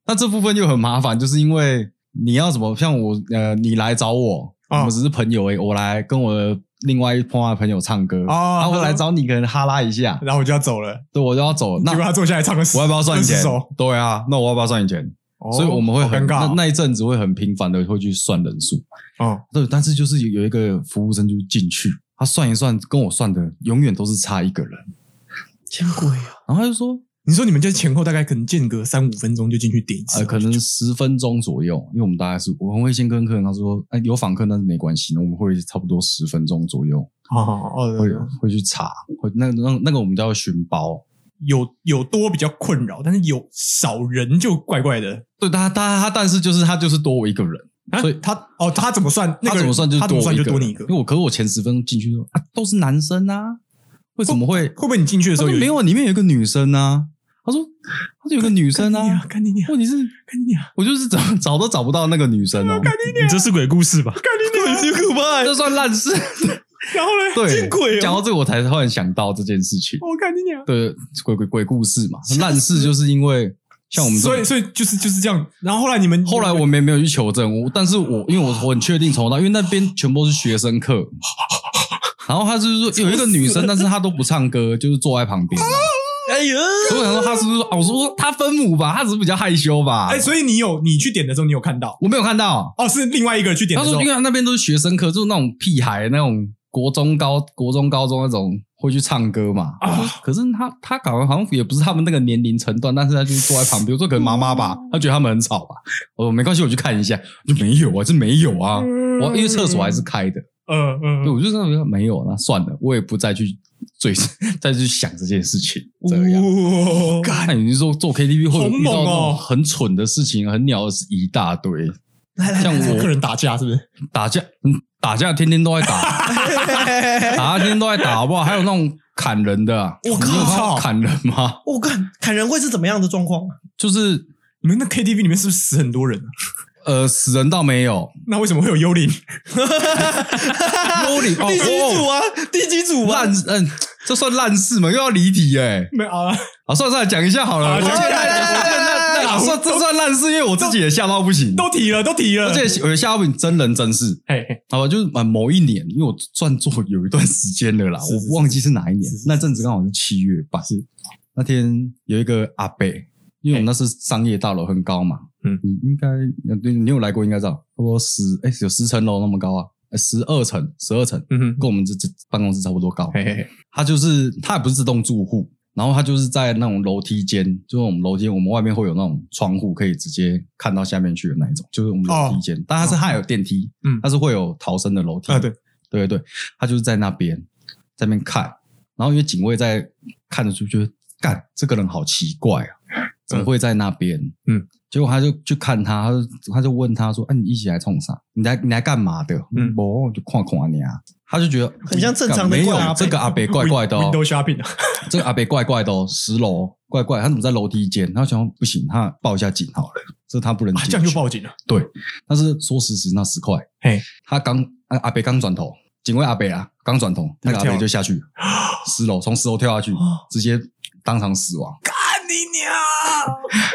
Speaker 2: 那这部分就很麻烦，就是因为你要怎么像我呃，你来找我，
Speaker 1: 啊
Speaker 2: 我们只是朋友而已，我来跟我的另外一帮的朋友唱歌，
Speaker 1: 啊
Speaker 2: 然后我来找你，可能哈拉一下，
Speaker 1: *laughs* 然后我就要走了，
Speaker 2: 对我就要走了，那
Speaker 1: 结果他坐下来唱个十，
Speaker 2: 我要不要算你
Speaker 1: 二
Speaker 2: 钱
Speaker 1: 十首？
Speaker 2: 对啊，那我要不要算你钱？
Speaker 1: 哦
Speaker 2: 所以我们会
Speaker 1: 好
Speaker 2: 很
Speaker 1: 尴尬
Speaker 2: 那那一阵子会很频繁的会去算人数，
Speaker 1: 哦，
Speaker 2: 对，但是就是有有一个服务生就进去，他算一算，跟我算的永远都是差一个人，
Speaker 3: 见鬼啊！
Speaker 2: 然后他就说，
Speaker 1: 你说你们这前后大概可能间隔三五分钟就进去点一次
Speaker 2: 呃，，可能十分钟左右，因为我们大概是我们会先跟客人他说，哎、有访客但是没关系，那我们会差不多十分钟左右
Speaker 1: 好好好哦，
Speaker 2: 会
Speaker 1: 对对
Speaker 2: 会去查，会那那那个我们叫巡包。
Speaker 1: 有有多比较困扰，但是有少人就怪怪的。
Speaker 2: 对，他他他，但是就是他就是多我一个人，
Speaker 1: 啊
Speaker 2: 所以
Speaker 1: 他哦，他怎么算？那
Speaker 2: 他
Speaker 1: 个
Speaker 2: 怎么算就
Speaker 1: 他怎么
Speaker 2: 多我
Speaker 1: 算就
Speaker 2: 一个
Speaker 1: 多你
Speaker 2: 人，
Speaker 1: 一个
Speaker 2: 因为。我可是我前十分钟进去说啊，都是男生啊，为什么会？
Speaker 1: 会不会你进去的
Speaker 2: 他
Speaker 1: 时候
Speaker 2: 说
Speaker 1: 有
Speaker 2: 没有，里面有一个女生啊。他说他说有个女生
Speaker 1: 干你
Speaker 2: 啊
Speaker 1: 娘，干你娘，
Speaker 2: 问题是
Speaker 1: 干你啊娘，
Speaker 2: 我就是找 *laughs* 找都找不到那个女生哦，
Speaker 4: 你这是鬼故事吧？
Speaker 3: 鬼就可怕欸，
Speaker 2: 这
Speaker 1: *laughs*
Speaker 2: 算烂事。
Speaker 1: 然后嘞，
Speaker 2: 对，
Speaker 3: 见鬼哦
Speaker 2: 讲到这个我才突然想到这件事情。
Speaker 1: 我干你娘。
Speaker 2: 对，鬼鬼鬼故事嘛，烂事就是因为像我们这
Speaker 1: 所以
Speaker 2: 种。
Speaker 1: 所以就是就是这样。然后后来你们
Speaker 2: 后来我们也没有去求证，我但是我因为我我很确定从头到，因为那边全部都是学生
Speaker 1: *laughs*
Speaker 2: 课，然后他就是说有一个女生，但是她都不唱歌，就是坐在旁边。
Speaker 3: *laughs* 哎呀，
Speaker 2: 所以我想说她是不是？哦我说她分母吧，她只是比较害羞吧。
Speaker 1: 哎，所以你有你去点的时候，你有看到
Speaker 2: 我没有看到，
Speaker 1: 哦，是另外一个人去点
Speaker 2: 他
Speaker 1: 的时候
Speaker 2: 说，因为那边都是学生课，就是那种屁孩，那种国中高、国中高中那种会去唱歌嘛。
Speaker 1: 啊
Speaker 2: 可是他他搞得好像也不是他们那个年龄层段，但是他就是坐在旁边，我说可能妈妈
Speaker 1: 哦
Speaker 2: 吧，他觉得他们很吵吧。我说没关系，我去看一下，就没有啊，这没有啊。我因为厕所还是开的，
Speaker 1: 嗯
Speaker 2: 对，
Speaker 1: 嗯，
Speaker 2: 我就认为没有，啊那算了，我也不再去追， *laughs* 再去想这件事情。这样，
Speaker 1: 哇，
Speaker 2: 那你是说做 KTV 会
Speaker 1: 好
Speaker 2: 有遇到
Speaker 1: 猛
Speaker 2: 那
Speaker 1: 哦
Speaker 2: 种很蠢的事情，很鸟的事一大堆，像
Speaker 1: 跟客
Speaker 2: 我
Speaker 1: 人打架是不是？
Speaker 2: 打架，嗯，打架天天都在打，打架天天都在打，好不好？还有那种砍人的、啊，
Speaker 3: 我靠
Speaker 2: 你有看到砍人吗？
Speaker 3: *laughs* 我看砍人会是怎么样的状况啊？
Speaker 2: 就是
Speaker 1: 你们那 KTV 里面是不是死很多人啊？
Speaker 2: 呃，死人倒没有，
Speaker 1: 那为什么会有幽灵？
Speaker 2: 幽灵哦
Speaker 3: 第几组啊？第几组啊
Speaker 2: 烂？嗯，这算烂事吗？又要离题哎、
Speaker 1: 没有啊，
Speaker 2: 好，算了算了，讲一下好了。
Speaker 1: 好
Speaker 2: 我觉得
Speaker 1: 讲一下讲一下
Speaker 2: 那我觉得那那
Speaker 1: 好
Speaker 2: 好算这算烂事，因为我自己也吓到不行，
Speaker 1: 都提了，都提了
Speaker 2: 而。且我吓到不行，真人真事。
Speaker 1: 嘿嘿
Speaker 2: 好吧，就是呃某一年，因为我算做 *laughs* 有一段时间了啦，
Speaker 1: 是是
Speaker 2: 我忘记是哪一年
Speaker 1: 是是，
Speaker 2: 那阵子刚好是七月半。是那天有一个阿伯，因为我们那是商业大楼，很高嘛，
Speaker 1: 嗯
Speaker 2: 你应该呃对你有来过，应该知道，差不多十哎有十层楼那么高啊，十二层，十二层，
Speaker 1: 嗯哼，
Speaker 2: 跟我们这这办公室差不多高。
Speaker 1: 嘿嘿嘿，
Speaker 2: 他就是他也不是自动住户，然后他就是在那种楼梯间，就是我们楼梯，我们外面会有那种窗户可以直接看到下面去的那一种，就是我们楼梯间，但它是它还有电梯，
Speaker 1: 哦嗯
Speaker 2: 它是会有逃生的楼梯，
Speaker 1: 啊对，
Speaker 2: 对对对，他就是在那边在那边看，然后因为警卫在看着出去，就觉得干这个人好奇怪啊，怎么会在那边？
Speaker 1: 嗯，
Speaker 2: 结果他就去看他，他就他就问他说：“啊，你一起来冲啥？你来你来干嘛的？”
Speaker 1: 嗯
Speaker 2: 嗯，我就看看你啊。他就觉得
Speaker 3: 很像正常的
Speaker 2: 没
Speaker 3: 怪
Speaker 2: 有
Speaker 3: 阿伯
Speaker 2: 这个阿伯怪怪的、哦，
Speaker 1: Window shopping 啊，
Speaker 2: 这个阿北怪怪的哦，十楼怪怪，他怎么在楼梯间？然后想说不行，他报一下警好了，这他不能进去
Speaker 1: 啊这样就。报警了。
Speaker 2: 但是说时迟那时快，
Speaker 1: 嘿，
Speaker 2: 他刚啊阿北刚转头，警卫阿北啊刚转头，那个阿
Speaker 1: 他跳
Speaker 2: 北
Speaker 1: 了
Speaker 2: 就
Speaker 1: *gasps*
Speaker 2: 下去，十楼从十楼跳下去
Speaker 3: 哦，
Speaker 2: 直接当场死亡。
Speaker 1: 干你娘！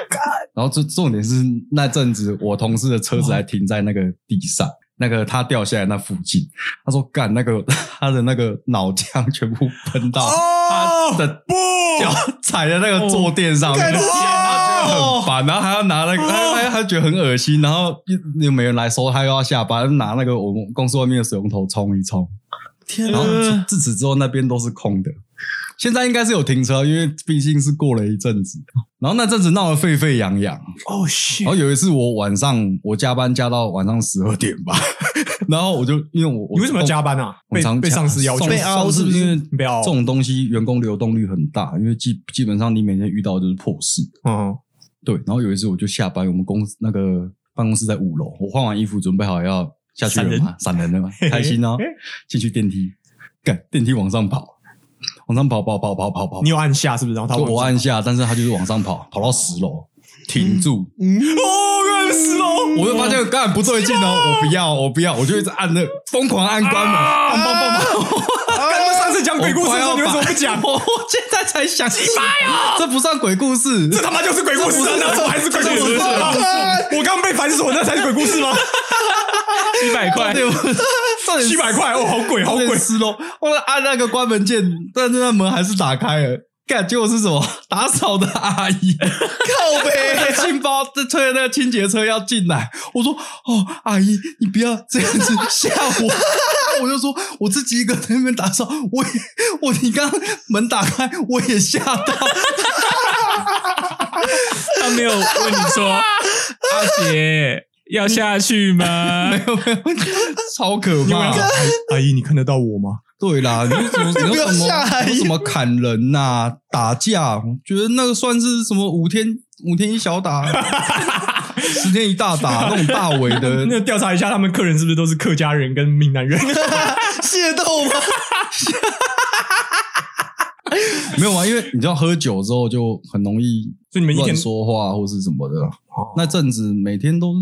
Speaker 2: 然后这重点是那阵子我同事的车
Speaker 1: 哦
Speaker 2: 子还停在那个地上。那个他掉下来那附近，他说干那个 *laughs* 他的那个脑浆全部喷到他的
Speaker 1: 不，
Speaker 2: 脚踩在那个坐垫上面，
Speaker 3: 哦
Speaker 2: 然后他觉得
Speaker 3: 哦
Speaker 2: 很烦，啊然后还要拿那个，他他他觉得很恶心，然后又没人来收，他又要下班，拿那个我们公司外面的水龙头冲一冲，
Speaker 3: 天
Speaker 2: 然后
Speaker 3: 啊！
Speaker 2: 自自此之后那边都是空的。现在应该是有停车，因为毕竟是过了一阵子，然后那阵子闹得沸沸扬扬。
Speaker 1: 哦
Speaker 2: 然
Speaker 1: shit！
Speaker 2: 后有一次我晚上我加班加到晚上十二点吧，然后我就因为我
Speaker 1: 你为什么要加班啊？
Speaker 2: 我
Speaker 1: 被
Speaker 2: 常
Speaker 1: 被上司要求
Speaker 2: 上
Speaker 3: 被凹
Speaker 2: 上司
Speaker 3: 是不是
Speaker 2: 因为
Speaker 1: 被凹
Speaker 2: 这种东西员工流动率很大，因为基基本上你每天遇到的就是破事。
Speaker 1: 嗯，
Speaker 2: 对，然后有一次我就下班，我们公司那个办公室在五楼，我换完衣服准备好要下去了嘛，闪人
Speaker 1: *laughs*
Speaker 2: 了嘛，开心哦
Speaker 1: 嘿嘿，
Speaker 2: 进去电梯，干电梯往上跑，往上跑跑跑跑跑跑，
Speaker 1: 你有按下是不是？然后他
Speaker 2: 就
Speaker 1: 往
Speaker 2: 我
Speaker 1: 上
Speaker 2: 按下，但是他就是往上跑，跑到十楼停住，
Speaker 3: 嗯，
Speaker 1: 哦，原来是哦，
Speaker 2: 我就发现干不对劲哦，我不要，我不要，我就一直按那疯狂按关门，
Speaker 1: 啊
Speaker 2: 砰砰砰砰。
Speaker 3: 啊
Speaker 1: 干他妈上次讲鬼故事的时候，
Speaker 2: 我
Speaker 1: 你
Speaker 2: 快
Speaker 1: 为
Speaker 2: 要
Speaker 1: 什么不讲？
Speaker 2: 我现在才想起来哦，这不算鬼故事，
Speaker 1: 这他妈就是鬼故事，啊那我还是鬼故
Speaker 4: 这不
Speaker 1: 事
Speaker 4: 是
Speaker 1: 吧？我刚被反锁，那才是鬼故事吗？
Speaker 4: 七百块，
Speaker 2: 对， *laughs* 算
Speaker 1: 七百块，哦，好鬼，好鬼！
Speaker 2: 失咯！我按那个关门键，但是那门还是打开了。干，结果是什么？ *laughs* 打扫的阿姨 *laughs*
Speaker 3: 靠呗，
Speaker 2: 在清包，在推着那个清洁车要进来。我说：“哦，阿姨，你不要这样子 *laughs* 吓我。”我就说：“我自己一个在那边打扫，我也我你刚刚门打开，我也吓到。”
Speaker 4: 他没有问你说阿姐要下去吗？
Speaker 2: 没有没有， *laughs* 超可
Speaker 1: 你有没有
Speaker 2: 怕！
Speaker 1: 阿姨，你看得到我吗？*laughs*
Speaker 2: 对啦，你有什么
Speaker 3: 不
Speaker 2: 你
Speaker 3: 要
Speaker 2: 有什
Speaker 3: 吓
Speaker 2: 么
Speaker 3: 人
Speaker 2: 有什么砍人呐、打架，我觉得那个算是什么五天五天一
Speaker 1: *laughs*
Speaker 2: 小打，十天一大打那种大尾
Speaker 1: *laughs*
Speaker 2: 的
Speaker 1: 那调查一下，他们客人是不是都是客家人跟闽
Speaker 4: *laughs*
Speaker 1: 南人？
Speaker 3: 械斗吗？
Speaker 2: 没有啊？因为你知道喝酒之后就很容易
Speaker 1: 所以你们一天哦
Speaker 2: 乱说话或是什么的。那阵子每天都是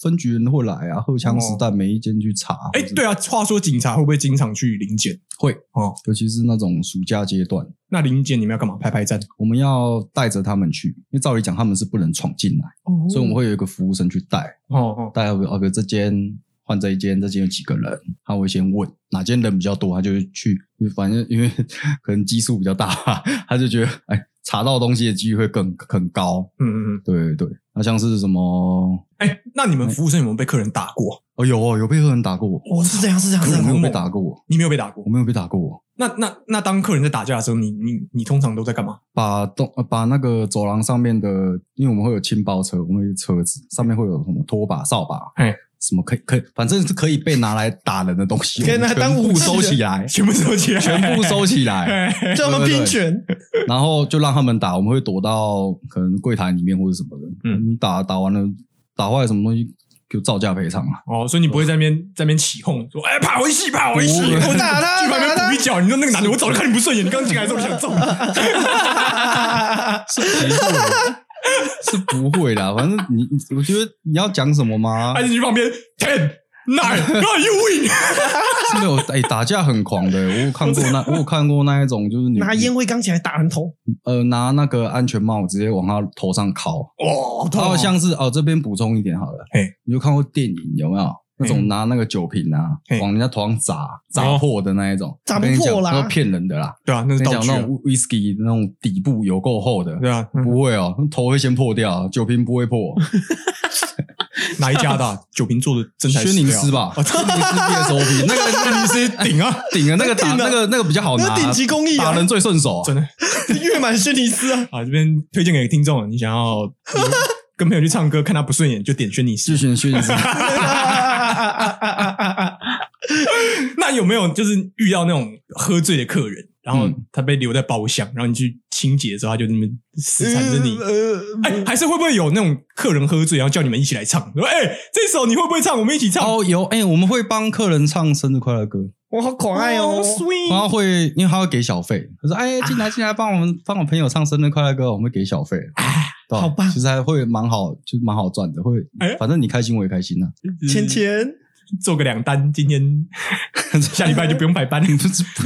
Speaker 2: 分局人会来啊，荷枪实弹，每一间去查。
Speaker 1: 哎，对啊，话说警察会不会经常去临检？
Speaker 2: 会
Speaker 1: 哦，
Speaker 2: 尤其是那种暑假阶段，
Speaker 1: 那临检你们要干嘛？排排站？
Speaker 2: 我们要带着他们去，因为照理讲他们是不能闯进来，所以我们
Speaker 3: 会
Speaker 2: 会有一个服务生去带。
Speaker 1: 哦哦，
Speaker 2: 大概会哦，比如这间换这一间，这间有几个人，他会先问哪间人比较多，他就会去，因为反正因为 *laughs* 可能基数比较大吧，他就觉得哎，查到东西的几率会更更高。
Speaker 1: 嗯嗯嗯。
Speaker 2: 对对，那像是什么？
Speaker 1: 哎，那你们服务生有没有被客人打过？
Speaker 2: 哦，有哦，有被客人打过我，
Speaker 3: 我是这样，是这样，
Speaker 2: 可是
Speaker 3: 是
Speaker 2: 我
Speaker 3: 这
Speaker 2: 没
Speaker 3: 样。
Speaker 2: 有被打过我，
Speaker 1: 你没有被打过
Speaker 2: 我？没有被打过我，
Speaker 1: 那那那当客人在打架的时候，你你你通常都在干嘛？ *laughs*
Speaker 2: 把东呃把那个走廊上面的，因为我们会有轻包车，我们有车子上面会有什么拖把、扫把，
Speaker 1: 哎，
Speaker 2: 什么可以可以，反正是可以被拿来打人的东西，
Speaker 3: 可以拿来当
Speaker 2: 我们
Speaker 3: 武器
Speaker 2: 全部收
Speaker 3: 的
Speaker 2: 起来，
Speaker 3: *laughs*
Speaker 1: 全部收起来，
Speaker 2: 全部
Speaker 1: *laughs*
Speaker 2: 收起来。
Speaker 1: 哎。
Speaker 3: 叫他们拼
Speaker 2: *laughs*
Speaker 3: 拳，
Speaker 2: 然后就让他们打，我们会躲到可能柜台里面或者什么的。
Speaker 1: 嗯
Speaker 2: 嗯，你打打完了，打坏什么东西就照价赔偿啊。 *laughs*
Speaker 1: 哦，所以你不会在那边在那边起哄说，哎，爬回戏，爬回戏，
Speaker 2: 不会
Speaker 1: *laughs* 我
Speaker 3: 我打他，
Speaker 1: 去旁
Speaker 3: 打
Speaker 1: 边
Speaker 3: 他
Speaker 1: 补一，脚。你说那个男的，我早就看你不顺眼，你刚进来的时候就想
Speaker 2: *laughs*
Speaker 1: 揍他。
Speaker 2: 是不会，是不会啦。反正你，你我觉得你要讲什么吗
Speaker 1: 还？是你去旁边 ten nine，那 you win。 *laughs*
Speaker 2: 是没有哎、打架很狂的、我有看过那，我有看过那一种就是女
Speaker 3: 拿烟灰缸起来打人头，
Speaker 2: 呃拿那个安全帽直接往他头上敲。
Speaker 1: 哦，
Speaker 2: 然后像是哦这边补充一点好了
Speaker 1: 嘿，
Speaker 2: 你就看过电影有没有？那
Speaker 1: 嘿
Speaker 2: 种拿那个酒瓶啊
Speaker 1: 嘿，哦
Speaker 2: 往人家头上砸砸破的那一种，
Speaker 3: 砸不
Speaker 2: 我跟你讲
Speaker 3: 破啦
Speaker 2: 那个骗人的啦。
Speaker 1: 对啊，那是
Speaker 2: 跟你
Speaker 1: 道
Speaker 2: 讲
Speaker 1: 具
Speaker 2: 那
Speaker 1: 啊，
Speaker 2: 种 whisky 那种底部有够厚的，
Speaker 1: 对啊，嗯
Speaker 2: 不会哦，头会先破掉，酒瓶不会破。
Speaker 1: 哪一家的啊酒瓶做的真材
Speaker 2: 轩
Speaker 1: 实
Speaker 2: 尼
Speaker 1: 料啊
Speaker 2: 诗吧，轩尼诗 BSOP 那个轩尼诗顶啊顶啊，那个打
Speaker 3: 那顶啊
Speaker 2: 那个那个比较好
Speaker 3: 那
Speaker 2: 拿，
Speaker 3: 顶级工艺啊
Speaker 2: 打人最顺
Speaker 1: *laughs*
Speaker 2: 手。
Speaker 1: 真的
Speaker 3: *laughs* 月满轩尼诗啊，
Speaker 1: 啊。这边推荐给听众啊，你想要
Speaker 2: *laughs*
Speaker 1: 你跟朋友去唱歌，看他不顺眼就点轩尼诗
Speaker 2: 就。选轩尼诗，
Speaker 1: *laughs* 那有没有就是遇到那种喝醉的客人，然后
Speaker 2: 嗯
Speaker 1: 他被留在包厢，然后你去清洁的时候，他就那么死缠着你。哎、
Speaker 3: 呃，
Speaker 1: 还是会不会有那种客人喝醉，然后叫你们一起来唱？说：“哎、这首你会不会唱？我们一起唱。
Speaker 2: *laughs* 哦，有哎、我们会帮客人唱生日快乐歌，
Speaker 3: 我好可爱哦，
Speaker 1: ，sweet！
Speaker 2: 然后会因为他会给小费，他说：“哎，进来进来，帮我们 *laughs* 帮我朋友唱生日快乐歌，我们会给小费。”对吧
Speaker 3: 好棒
Speaker 2: 其实还会蛮好，就是蛮好赚的，会
Speaker 1: 哎
Speaker 2: 反正你开心我也开心啊呐、
Speaker 3: 钱钱，
Speaker 1: 做个两单，今天下礼拜就不用排班。
Speaker 2: *laughs* 不是不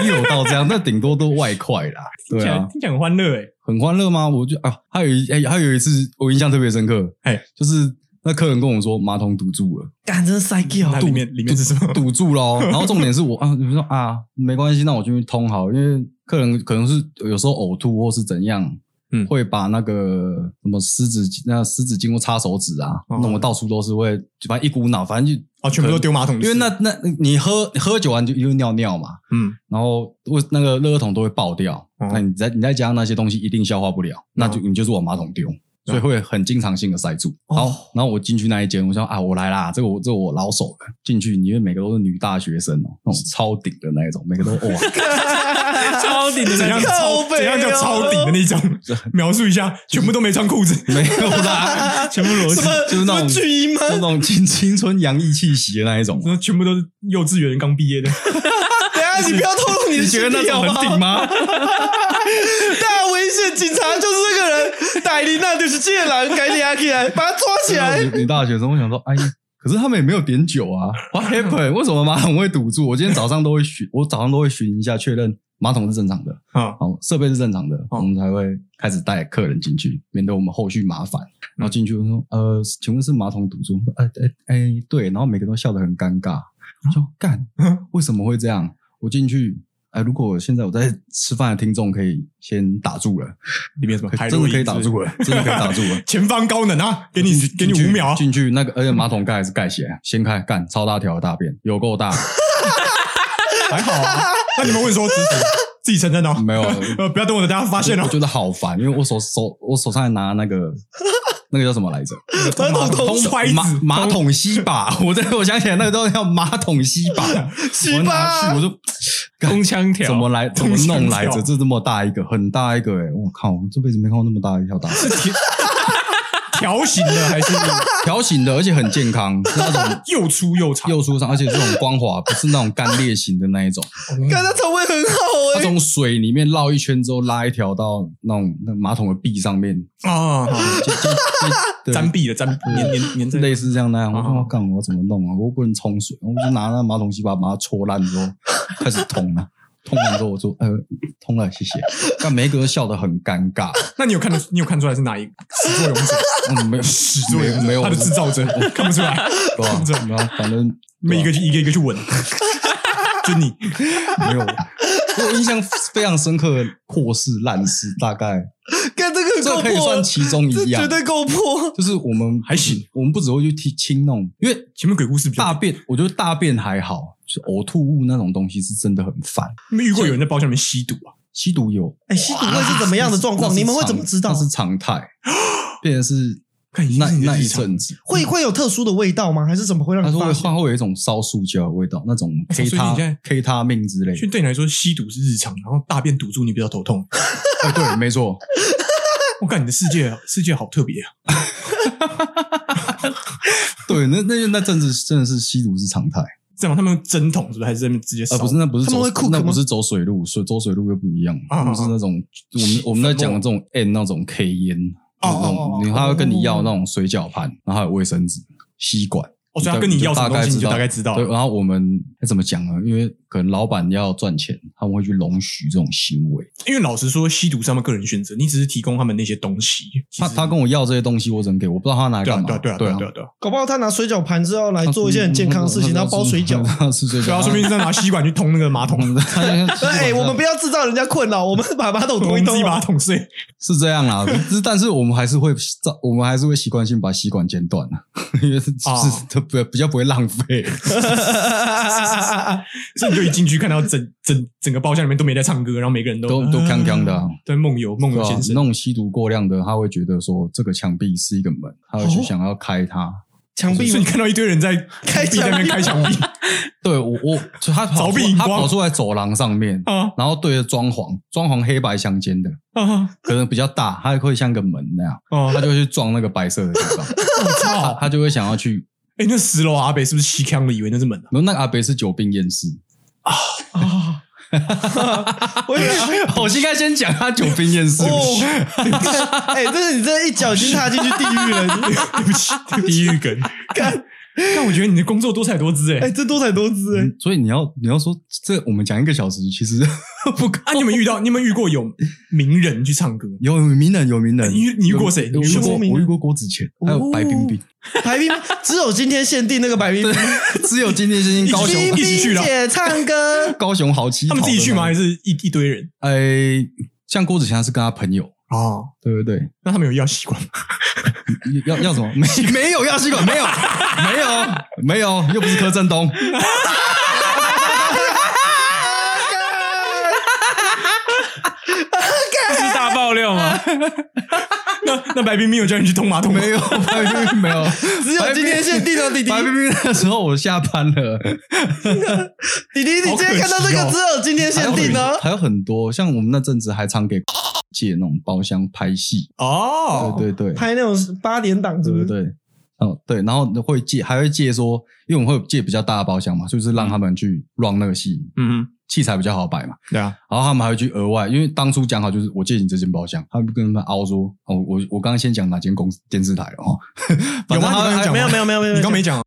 Speaker 2: 没有到这样，但顶多都外快
Speaker 1: *laughs*
Speaker 2: 啦。对啊，
Speaker 1: 听起来很欢乐哎、
Speaker 2: 很欢乐吗？我就啊，还有一哎、还有一次我印象特别深刻，
Speaker 1: 哎
Speaker 2: 就是那客人跟我说马桶堵
Speaker 1: *laughs*
Speaker 2: 住了，
Speaker 3: 干真塞给
Speaker 1: 那
Speaker 3: 哦，
Speaker 1: 里面里面是什么？
Speaker 2: 堵住了哦、然后重点是我啊，你说啊，没关系，那我进去通好，因为客人可能是有时候呕吐或是怎样，
Speaker 1: 嗯
Speaker 2: 会把那个什么湿纸巾那湿纸巾或擦手指啊，
Speaker 1: 哦
Speaker 2: 弄得到处都是会，反正一股脑，反正就
Speaker 1: 哦，全部都丢马桶里。
Speaker 2: 因为那那你喝喝酒完就又尿尿嘛，
Speaker 1: 嗯，
Speaker 2: 然后我那个垃圾桶都会爆掉，
Speaker 3: 嗯
Speaker 1: 哦
Speaker 2: 那你再你再加上那些东西一定消化不了，那就你就是往马桶丢，所以会很经常性的塞住。
Speaker 3: 嗯哦
Speaker 2: 好，然后我进去那一间，我想啊，我来啦，这个我这个我老手了。进去，因为每个都是女大学生哦，那种超顶的那一种，每个都哦
Speaker 3: *laughs*
Speaker 2: 哇，
Speaker 4: 超顶的
Speaker 1: 怎
Speaker 4: 那
Speaker 1: 样
Speaker 4: 种，
Speaker 1: 超
Speaker 3: 靠背哦
Speaker 1: 怎样叫超顶的那种？描述一下，全部都没穿裤子，
Speaker 2: 没有啦，全部裸
Speaker 3: 什
Speaker 2: 体
Speaker 3: 么，
Speaker 2: 就是那种
Speaker 3: 什么巨婴吗
Speaker 2: 就是那种青青春洋溢气息的那一种。
Speaker 1: 然后 *laughs* 全部都是幼稚园刚毕业的。
Speaker 3: 等一下你不要透露你的
Speaker 2: 你觉得
Speaker 3: 心
Speaker 2: 那
Speaker 3: 底
Speaker 2: 种
Speaker 3: 好不好
Speaker 2: 很顶吗？
Speaker 3: 大危险！警察就是这个人，戴琳娜就是这个人，赶紧拿起来，把他抓起来。
Speaker 2: 女女大学生，我想说，哎，可是他们也没有点酒
Speaker 3: *laughs*
Speaker 2: 啊。What happened？为什么马桶会堵住？我今天早上都会巡，我早上都会巡一下，确认马桶是正常的，
Speaker 1: 啊，
Speaker 2: 好，设备是正常的，
Speaker 1: 哦
Speaker 2: 我们才会开始带客人进去，免得我们后续麻烦。
Speaker 1: 嗯
Speaker 2: 然后进去我说，呃，请问是马桶堵住？呃，哎、哎、对。然后每个都笑得很尴尬，我说干
Speaker 1: 嗯，
Speaker 2: 为什么会这样？我进去。哎，如果现在我在吃饭的听众可以先打住了，
Speaker 1: 里面什么海
Speaker 2: 真
Speaker 1: 洛
Speaker 2: 的
Speaker 1: 因
Speaker 2: 可以
Speaker 1: *laughs*
Speaker 2: 打住了，真的可以打住了。
Speaker 1: 前方高能啊！给你给你
Speaker 2: 进去
Speaker 1: 五秒啊，
Speaker 2: 进去那个，而且马桶盖还是盖起来，掀开干超大条的大便，有够大， *laughs*
Speaker 1: 还好啊。那你们问说自己自己承认哦，
Speaker 2: 没有
Speaker 1: 呃，不要等我的大家发现
Speaker 2: 我
Speaker 1: 哦。
Speaker 2: 觉得好烦，因为我手手我手上还拿那
Speaker 1: *laughs*
Speaker 2: 个那个叫什么来着？
Speaker 3: 马桶
Speaker 1: 通拍
Speaker 2: 马
Speaker 1: 子，
Speaker 2: 马桶吸把，我在我想起来那个都叫马桶吸把，
Speaker 3: 吸
Speaker 2: 我拿
Speaker 3: 把
Speaker 2: 去我就
Speaker 4: 空腔条，
Speaker 2: 怎么来怎么弄来着？这这么大一个，很大一个哎、我靠，我这辈子没看过那么大一条大便，
Speaker 1: 条形的
Speaker 2: *laughs*
Speaker 1: 还是
Speaker 2: 条形的，而且很健康，是那种
Speaker 1: 又粗又长？
Speaker 2: 又舒畅，而且这种光滑，不是那种干裂型的那一种。
Speaker 3: 看他肠胃很好
Speaker 2: 它
Speaker 3: 哎、
Speaker 2: 从水里面绕一圈之后，拉一条到那种那马桶的壁上面，
Speaker 1: 啊，好
Speaker 2: 就嗯就就
Speaker 1: 粘
Speaker 2: 对
Speaker 1: 壁的粘粘粘粘在
Speaker 2: 类似这样那样。我
Speaker 1: 啊
Speaker 2: 说干，我怎么弄啊？我又不能冲水，我就拿那马桶吸把把它戳烂之后， *laughs* 开始通了。通完之后，我说：“呃，通了，谢谢。”但每一个都笑得很尴尬。
Speaker 1: 那你有看得你有看出来是
Speaker 2: *laughs*
Speaker 1: 哪一个始作俑者？
Speaker 2: 嗯，没有，
Speaker 1: 始作俑者
Speaker 2: 没有，
Speaker 1: 他的制造者看不出
Speaker 2: *laughs*
Speaker 1: 来，
Speaker 2: 对吧？
Speaker 1: 这样
Speaker 2: 然后反正
Speaker 1: 你们一个
Speaker 2: 啊
Speaker 1: 一个一个去
Speaker 2: *laughs*
Speaker 1: 闻，就你
Speaker 2: 没有。我印象非常深刻的破事烂事，大概
Speaker 3: 看这个
Speaker 2: 这
Speaker 3: 够
Speaker 2: 可以
Speaker 3: 破
Speaker 2: 算，其中
Speaker 3: 这
Speaker 2: 一样
Speaker 3: 绝。对够破。
Speaker 2: 就是我们
Speaker 1: 还行，
Speaker 2: 我们不只会去清清弄，因为
Speaker 1: 前面鬼故事比较
Speaker 2: 大便，我觉得大便还好，就是呕吐物那种东西是真的很烦。
Speaker 1: 你们遇过有人在包厢里面吸毒啊？
Speaker 2: 吸毒有
Speaker 3: 哎、吸毒会是怎么样的状况？
Speaker 2: 啊那是
Speaker 3: 你们会
Speaker 2: 常
Speaker 3: 怎么知道
Speaker 2: 那？是常态，变成是
Speaker 1: 看已经
Speaker 2: 那
Speaker 1: 是你的
Speaker 2: 那
Speaker 1: 日
Speaker 2: 一
Speaker 1: 常
Speaker 2: 阵子，
Speaker 3: 会会有特殊的味道吗？还是怎么会让
Speaker 2: 他
Speaker 3: 你
Speaker 2: 说
Speaker 3: 发
Speaker 2: 会
Speaker 3: 现？
Speaker 2: 它会有一种烧塑胶的味道，那种
Speaker 1: 哎所以
Speaker 2: K
Speaker 1: 你现在
Speaker 2: 他 K 他命之类
Speaker 1: 所以
Speaker 2: 的。
Speaker 1: 对你来说，吸毒是日常，然后大便堵住你比较头痛。
Speaker 2: 哎，对，没错，
Speaker 1: 我感你的世界世界好特别啊！
Speaker 2: 对，那那那阵子真的是吸毒是常态，
Speaker 1: 这样他们用针筒是不是还是在那边直接烧？
Speaker 2: 而不是那不是
Speaker 3: 他们
Speaker 2: 走
Speaker 3: 会 cook
Speaker 2: 那
Speaker 3: 吗
Speaker 2: 不是走水路，水走水路又不一样，
Speaker 1: 啊
Speaker 2: 他们是那种我
Speaker 3: *laughs*
Speaker 2: 们我们在讲的这种 N 那种 K 烟，
Speaker 1: 哦
Speaker 2: 那
Speaker 1: 哦哦
Speaker 2: 种
Speaker 1: 哦
Speaker 2: 你他会跟你要那种水饺盘，然后还有卫生纸、吸管。
Speaker 1: 哦，所以他跟你要什么东西，你就大概知道
Speaker 2: 对，
Speaker 1: 了。
Speaker 2: 然后我们哎怎么讲呢？因为可能老板要赚钱，他们会去容许这种行为。
Speaker 1: 因为老实说，吸毒是他们个人选择，你只是提供他们那些东西。其
Speaker 2: 他
Speaker 1: 实
Speaker 2: 他跟我要这些东西，我只能给我，不知道他拿来
Speaker 1: 对
Speaker 2: 干
Speaker 1: 啊
Speaker 2: 嘛。
Speaker 1: 对啊对啊对
Speaker 2: 对
Speaker 1: 啊对啊对啊，
Speaker 3: 搞不好他拿水饺盘之后来做一些很健康的事情，然后包水饺。
Speaker 2: 他吃水
Speaker 1: 对啊，
Speaker 2: 饺，
Speaker 1: 说
Speaker 2: *laughs*
Speaker 1: 不定是拿吸管去通那个马桶，
Speaker 2: 嗯
Speaker 3: *laughs* 哎、我们不要制造人家困扰，我们把马桶
Speaker 1: 我
Speaker 3: 推一啊
Speaker 1: 们自己
Speaker 3: 推
Speaker 1: 马
Speaker 3: 吧。
Speaker 1: 桶睡。
Speaker 2: 是这样啦。只是但是我们还是会照，我们还是会习惯性把吸管剪短啊，因为是
Speaker 1: 哦
Speaker 2: 是不比较不会浪费。
Speaker 1: 所以你就一进去看到整整整个包厢里面都没在唱歌，然后每个人都
Speaker 3: 嗯
Speaker 2: 都都锵锵的啊
Speaker 1: 对，梦游梦
Speaker 2: 对
Speaker 1: 游
Speaker 2: 吧
Speaker 1: 先？
Speaker 2: 那
Speaker 1: 生。
Speaker 2: 种吸毒过量的，他会觉得说这个墙壁是一个门，他会去
Speaker 3: 哦
Speaker 2: 想要开它。
Speaker 3: 墙壁
Speaker 1: 所以你看到一堆人在
Speaker 3: 开
Speaker 1: 壁在那边
Speaker 3: 墙壁
Speaker 1: 开 *laughs* 墙壁
Speaker 2: 对我我就他跑
Speaker 1: 凿
Speaker 2: 出
Speaker 1: 壁荧
Speaker 2: 他
Speaker 1: 光
Speaker 2: 跑出来走廊上面，
Speaker 1: 啊
Speaker 2: 然后对着装潢，装潢黑白相间的，
Speaker 1: 啊！
Speaker 2: 可能比较大，它会像个门那样，
Speaker 1: 哦
Speaker 2: 他就会去撞那个白色的地方，
Speaker 1: 我
Speaker 2: 他
Speaker 1: 操！
Speaker 2: 他就会想要去。
Speaker 1: 哎，那十楼阿北是不是西康的？以为那是门啊？ *laughs*
Speaker 2: 然后那个阿北是久病厌世，
Speaker 3: 啊，我以为
Speaker 2: 我应该先讲他久病厌世
Speaker 3: 哦， *laughs* 哎，这是你这一脚已经踏进去地狱
Speaker 1: *laughs*
Speaker 3: 了，你
Speaker 1: 对不起，对不起，地狱梗。
Speaker 3: 看，
Speaker 1: 但我觉得你的工作多彩多姿
Speaker 3: 哎，
Speaker 1: 哎。
Speaker 3: 这多才多姿哎，
Speaker 2: 所以你要你要说这我们讲一个小时，其
Speaker 1: *laughs*
Speaker 2: 实不可
Speaker 1: 啊，你们遇到你们遇过有名人去唱歌？
Speaker 2: 有有名人有名人，
Speaker 1: 你遇你遇过谁
Speaker 2: 有我
Speaker 1: 你遇
Speaker 2: 遇
Speaker 1: 过哦
Speaker 2: 过
Speaker 3: 名人
Speaker 2: 我遇过郭子乾，还有白
Speaker 1: *laughs*
Speaker 2: 冰冰，
Speaker 3: 白冰只有今天限定那个白冰冰，
Speaker 2: 只有今天先进高
Speaker 3: 冰
Speaker 2: 雄
Speaker 1: 一起去
Speaker 3: 冰
Speaker 1: 啦
Speaker 3: 姐唱歌，
Speaker 2: 高雄豪气，
Speaker 1: 他们自己去吗？还？是一一堆人？
Speaker 2: 哎，像郭子乾他是跟他朋友，
Speaker 1: 哦，
Speaker 2: 对不对？
Speaker 1: 那他们有要习惯吗？
Speaker 2: 要要什么？
Speaker 3: *laughs*
Speaker 2: 没没有要吸管，没有没有没有，又不是柯震东。
Speaker 4: 这 *laughs* 是大爆料吗？
Speaker 1: 那 *laughs* 那白冰冰有叫你去通马桶吗？
Speaker 2: 没有，白冰冰没有，
Speaker 3: *laughs* 只有今天限定哦，弟弟，
Speaker 2: 白冰冰那时候我下班了，
Speaker 3: 弟弟，你今天看到这
Speaker 1: 好可
Speaker 3: 个只
Speaker 1: 惜
Speaker 3: 有今天
Speaker 2: 还有
Speaker 3: 限
Speaker 2: 很
Speaker 3: 定哦，
Speaker 2: 还有很多，像我们那阵子还常给借那种包厢拍戏，
Speaker 1: 哦，
Speaker 2: 对对对，
Speaker 3: 拍那种八点档是
Speaker 2: 对
Speaker 3: 不
Speaker 2: 对
Speaker 3: 是？
Speaker 2: 对，嗯对，然后会借，还会借说，因为我们会有借比较大的包厢嘛，就是让他们去 run 那个戏，
Speaker 1: 嗯哼，
Speaker 2: 器材比较好摆嘛。
Speaker 1: 对啊，
Speaker 2: 然后他们还会去额外，因为当初讲好就是我借你这间包厢，他们跟他们凹说，哦，我我刚刚先讲哪间公司电视台了哈，
Speaker 1: 有
Speaker 2: *laughs*
Speaker 1: 吗？你
Speaker 2: 反正
Speaker 1: 刚
Speaker 2: 他
Speaker 1: 刚讲吗
Speaker 3: 没有没有没有没有，
Speaker 1: 你刚没讲啊